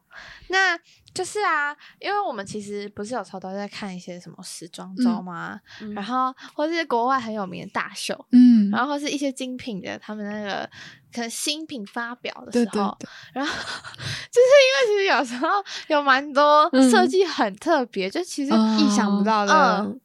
C: 那就是啊，因为我们其实不是有时候都在看一些什么时装周
D: 嗯
C: 吗？
A: 嗯
C: 然后或是国外很有名的大秀，
D: 嗯，
C: 然后或是一些精品的，他们那个可能新品发表的时
D: 对
C: 候，
D: 对对，
C: 然后 就是因为其实有时候有蛮多
D: 嗯
C: 设计很特别，就其实
D: 嗯
A: 意想不到的
C: 嗯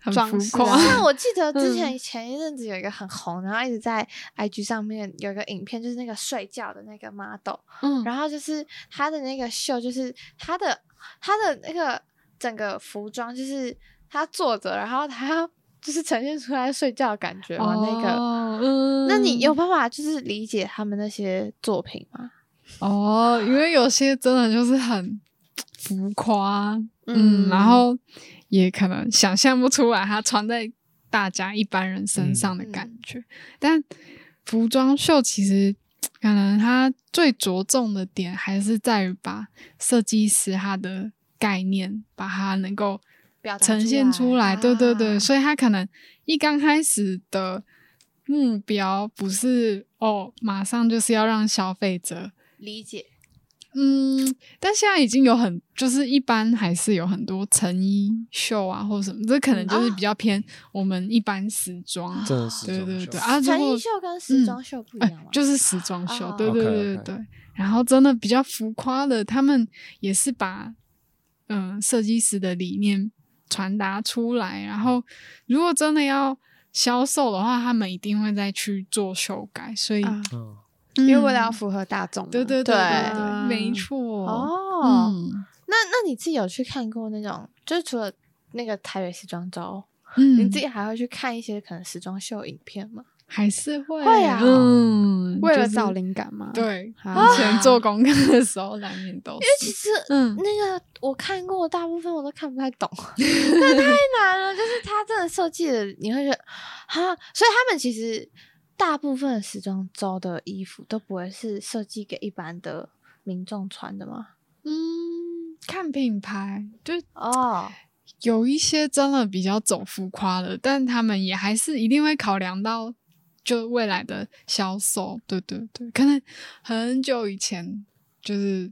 D: 很
A: 装
D: 浮
A: 饰
D: 夸
A: 啊，
C: 像我记得之
D: 嗯
C: 前前一阵子有一个很红，然后一直在 IG 上面有一个影片，就是那个睡觉的那个 model，
D: 嗯，
C: 然后就是他的那个秀，就是他的他的那个整个服装，就是他坐着，然后他 要就是呈现出来睡觉的感觉嘛，那个。
D: 哦嗯，
C: 那你有办法就是理解他们那些作品吗？
D: 哦，因为有些真的就是很浮夸，嗯，
A: 嗯
D: 然后也可能想象不出来它穿在大家一般人身上的感觉。但服装秀其实呃可能它最着重的点还是在于把设计师他的概念，把它能够
C: 表达
D: 呈现出来。对对对，
C: 啊
D: 所以他可能一刚开始的目标不是哦，马上就是要让消费者
C: 理解
D: 嗯，但现在已经有很，就是一般还是有很多成衣秀啊，或者什么，这可能就是
C: 啊
D: 比较偏我们一般时装。
B: 真的是
D: 对
B: 这种
D: 对
B: 秀
D: 对啊，如
C: 成
D: 果
C: 衣秀跟时
D: 嗯
C: 装秀不一
D: 哎
C: 样吗？
D: 就是时装秀，
C: 哦
D: 对对对
B: OK，OK
D: 对对。然后真的比较浮夸的，他们也是把嗯、呃设计师的理念传达出来。
C: 嗯
D: 然后如果真的要销售的话，他们一定会再去做修改。所以，
A: 啊
B: 嗯，
A: 因为为了要
D: 嗯
A: 符合大众嘛，
D: 对对
C: 对
D: 对对，
A: 啊
D: 没错。
C: 哦，
D: 嗯
C: 那那你自己有去看过那种，就是除了那个台北时装周，
D: 嗯，
C: 你自己还会去看一些可能时装秀影片吗？
D: 还是会
C: 会啊
D: 嗯，
A: 为
D: 就
A: 了
D: 是
A: 找灵感嘛，，
D: 对，
A: 啊
D: 以前做功课的时候难免都
C: 其
D: 是，
C: 实
D: 嗯
C: 那个我看过，大部分我都看不太 懂，那太难了。就是他真的设计的，你会觉得哈，所以他们其实大部分的时装周的衣服都不会是设计给一般的民众穿的吗？
D: 嗯，看品牌，就
C: 哦，
D: 有一些真的比较走浮夸的，但他们也还是一定会考量到就未来的销售，对对对，可能很久以前就是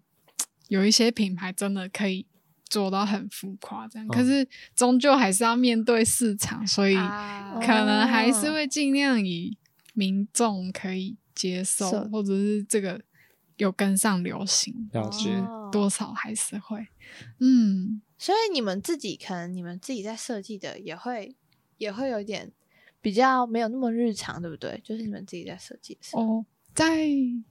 D: 有一些品牌真的可以做到很浮夸这样，可是终究还是要面对市场，所以
A: 啊
D: 可能还
C: 哦
D: 是会尽量以民众可以接受，
C: 是
D: 或者是这个有跟上流行，
B: 了解
C: 哦
D: 多少还是会，嗯，
C: 所以你们自己可能你们自己在设计的也会也会有点比较没有那么日常，对不对？就是你们自己在设计的时候，
D: 哦，在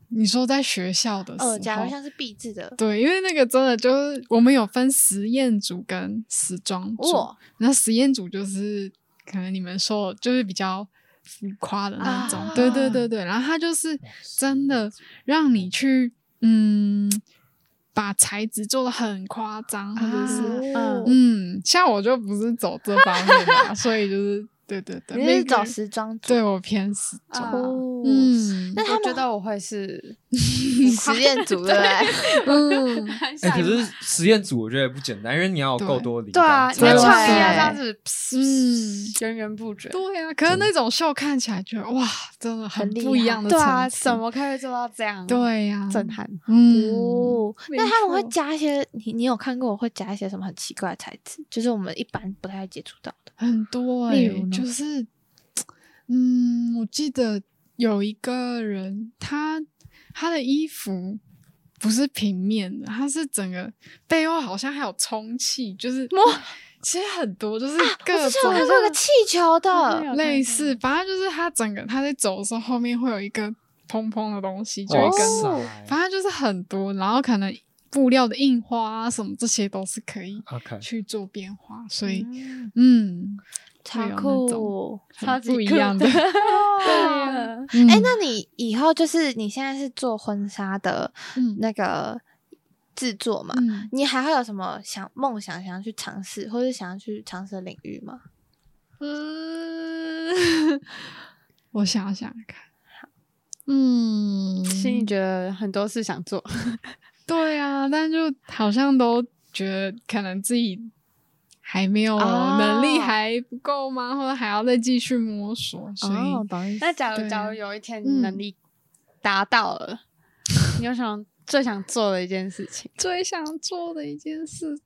D: 你说在学校的时候，
C: 呃，假如像是壁纸的，
D: 对，因为那个真的就是我们有分实验组跟时装组，
C: 哇，
D: 那实验组就是可能你们说就是比较浮夸的那种，
C: 啊
D: 对对对对。然后它就是真的让你去嗯，把材质做的很夸张，或者是、
A: 嗯
C: 嗯，
D: 嗯，像我就不是走这方面的啊，所以就是对对对，
C: 你
D: 那
C: 是
D: 个
C: 找时装组
D: 对我偏时装，
A: 啊
C: 哦，
D: 嗯，
C: 那他
A: 我觉
C: 们
A: 得我会 是
C: 实验组对不 对？
D: 嗯，
B: 哎、可是实验组我觉得也不简单，因为你要有够多灵
A: 对
B: 感
A: 啊，你
B: 才
A: 在
B: 有
A: 创意
C: 对
A: 要这样子，
D: 嗯
A: 源源不绝。
D: 对啊，可是那种秀看起来觉得哇，真的很
C: 很厉
D: 不一样的
A: 对啊，
D: 层次，
A: 怎么可以做到这样？，
D: 对呀、
A: 震撼。
D: 嗯，
C: 哦，那
D: 没
C: 他们会
D: 错
C: 加一些你你有看过会加一些什么很奇怪的材质？就是我们一般不太会接触到的。
D: 很多、
C: 例
D: 欸，
C: 如呢
D: 就是，嗯，我记得有一个人，他他的衣服不是平面的，他是整个背后好像还有充气，就是其实很多就是各
C: 我之前有
D: 种
C: 看过一个气球
D: 啊
A: 哦
C: 的，
D: 类似，反正就是他整个他在走的时候，后面会有一个蓬蓬的东西，就
B: 哇
C: 哦
D: 会跟着
B: 塞
D: 反正就是很多，然后可能布料的印花啊什么，这些都是可以
B: ，OK，
D: 去做变化，所以
C: 嗯
D: 嗯，
C: 超
D: 有那
C: 酷
D: 种。很
A: 超级
D: 不一
A: 酷
D: 样的。
A: 的啊
C: 哎、
D: 哎
C: 那你以后就是你现在是做婚纱的
D: 嗯
C: 那个制作嘛？
D: 嗯
C: 你还会有什么想梦想想要去尝试，或者想要去尝试的领域吗？
D: 嗯，我想想看，嗯，
A: 心里觉得很多事想做，
D: 对啊，但就好像都觉得可能自己。还没有
C: 哦
D: 能力还不够吗？或者还要再继续摸索？所以、
C: 哦，懂意思
A: 那假
D: 对
A: 如
D: 啊
A: 假如有一天
D: 嗯
A: 能力达到了，你有想最想做的一件事情？
D: 最想做的一件事，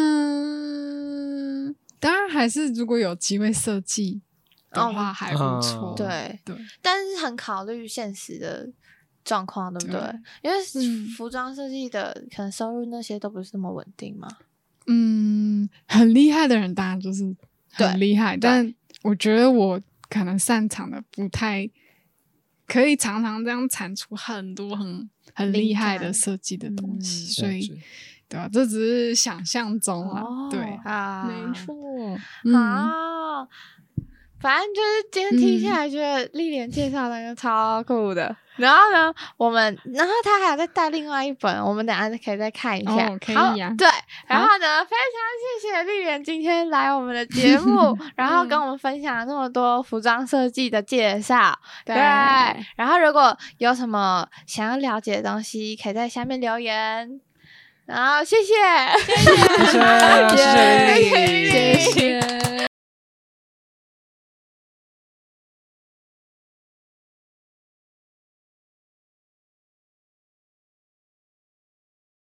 D: 嗯，当然还是如果有机会设计的话，还不错。
B: 嗯
C: 对，
D: 对，
C: 但是很考虑现实的状况，对不对？
D: 对
C: 因为
D: 嗯
C: 服装设计的、可能收入那些都不是那么稳定嘛。
D: 嗯，很厉害的人当然就是
C: 对
D: 很厉害，但我觉得我可能擅长的不太可以常常这样产出很多很很
C: 灵
D: 厉害
C: 感
D: 的设计的东西，
A: 嗯
D: 所
B: 了
D: 以
B: 解
D: 对吧、这只是想象中啊，
C: 哦
D: 对，
A: 啊，
D: 没错，嗯，
C: 啊，反正就是今天听下来，觉得丽莲介绍的就超酷的。然后呢，我们，然后他还有再带另外一本，我们等一下可以再看一下。
D: 哦可以
C: 好
D: 呀
C: 对，然后呢，非常谢谢丽莲今天来我们的 节目，然
D: 嗯
C: 后跟我们分享了那么多服装设计的介绍。对，然后如果有什么想要了解的东西，可以在下面留言。然后谢谢。
B: 谢谢，
C: 谢
B: 谢谢
C: 谢
B: 丽丽
D: 谢谢。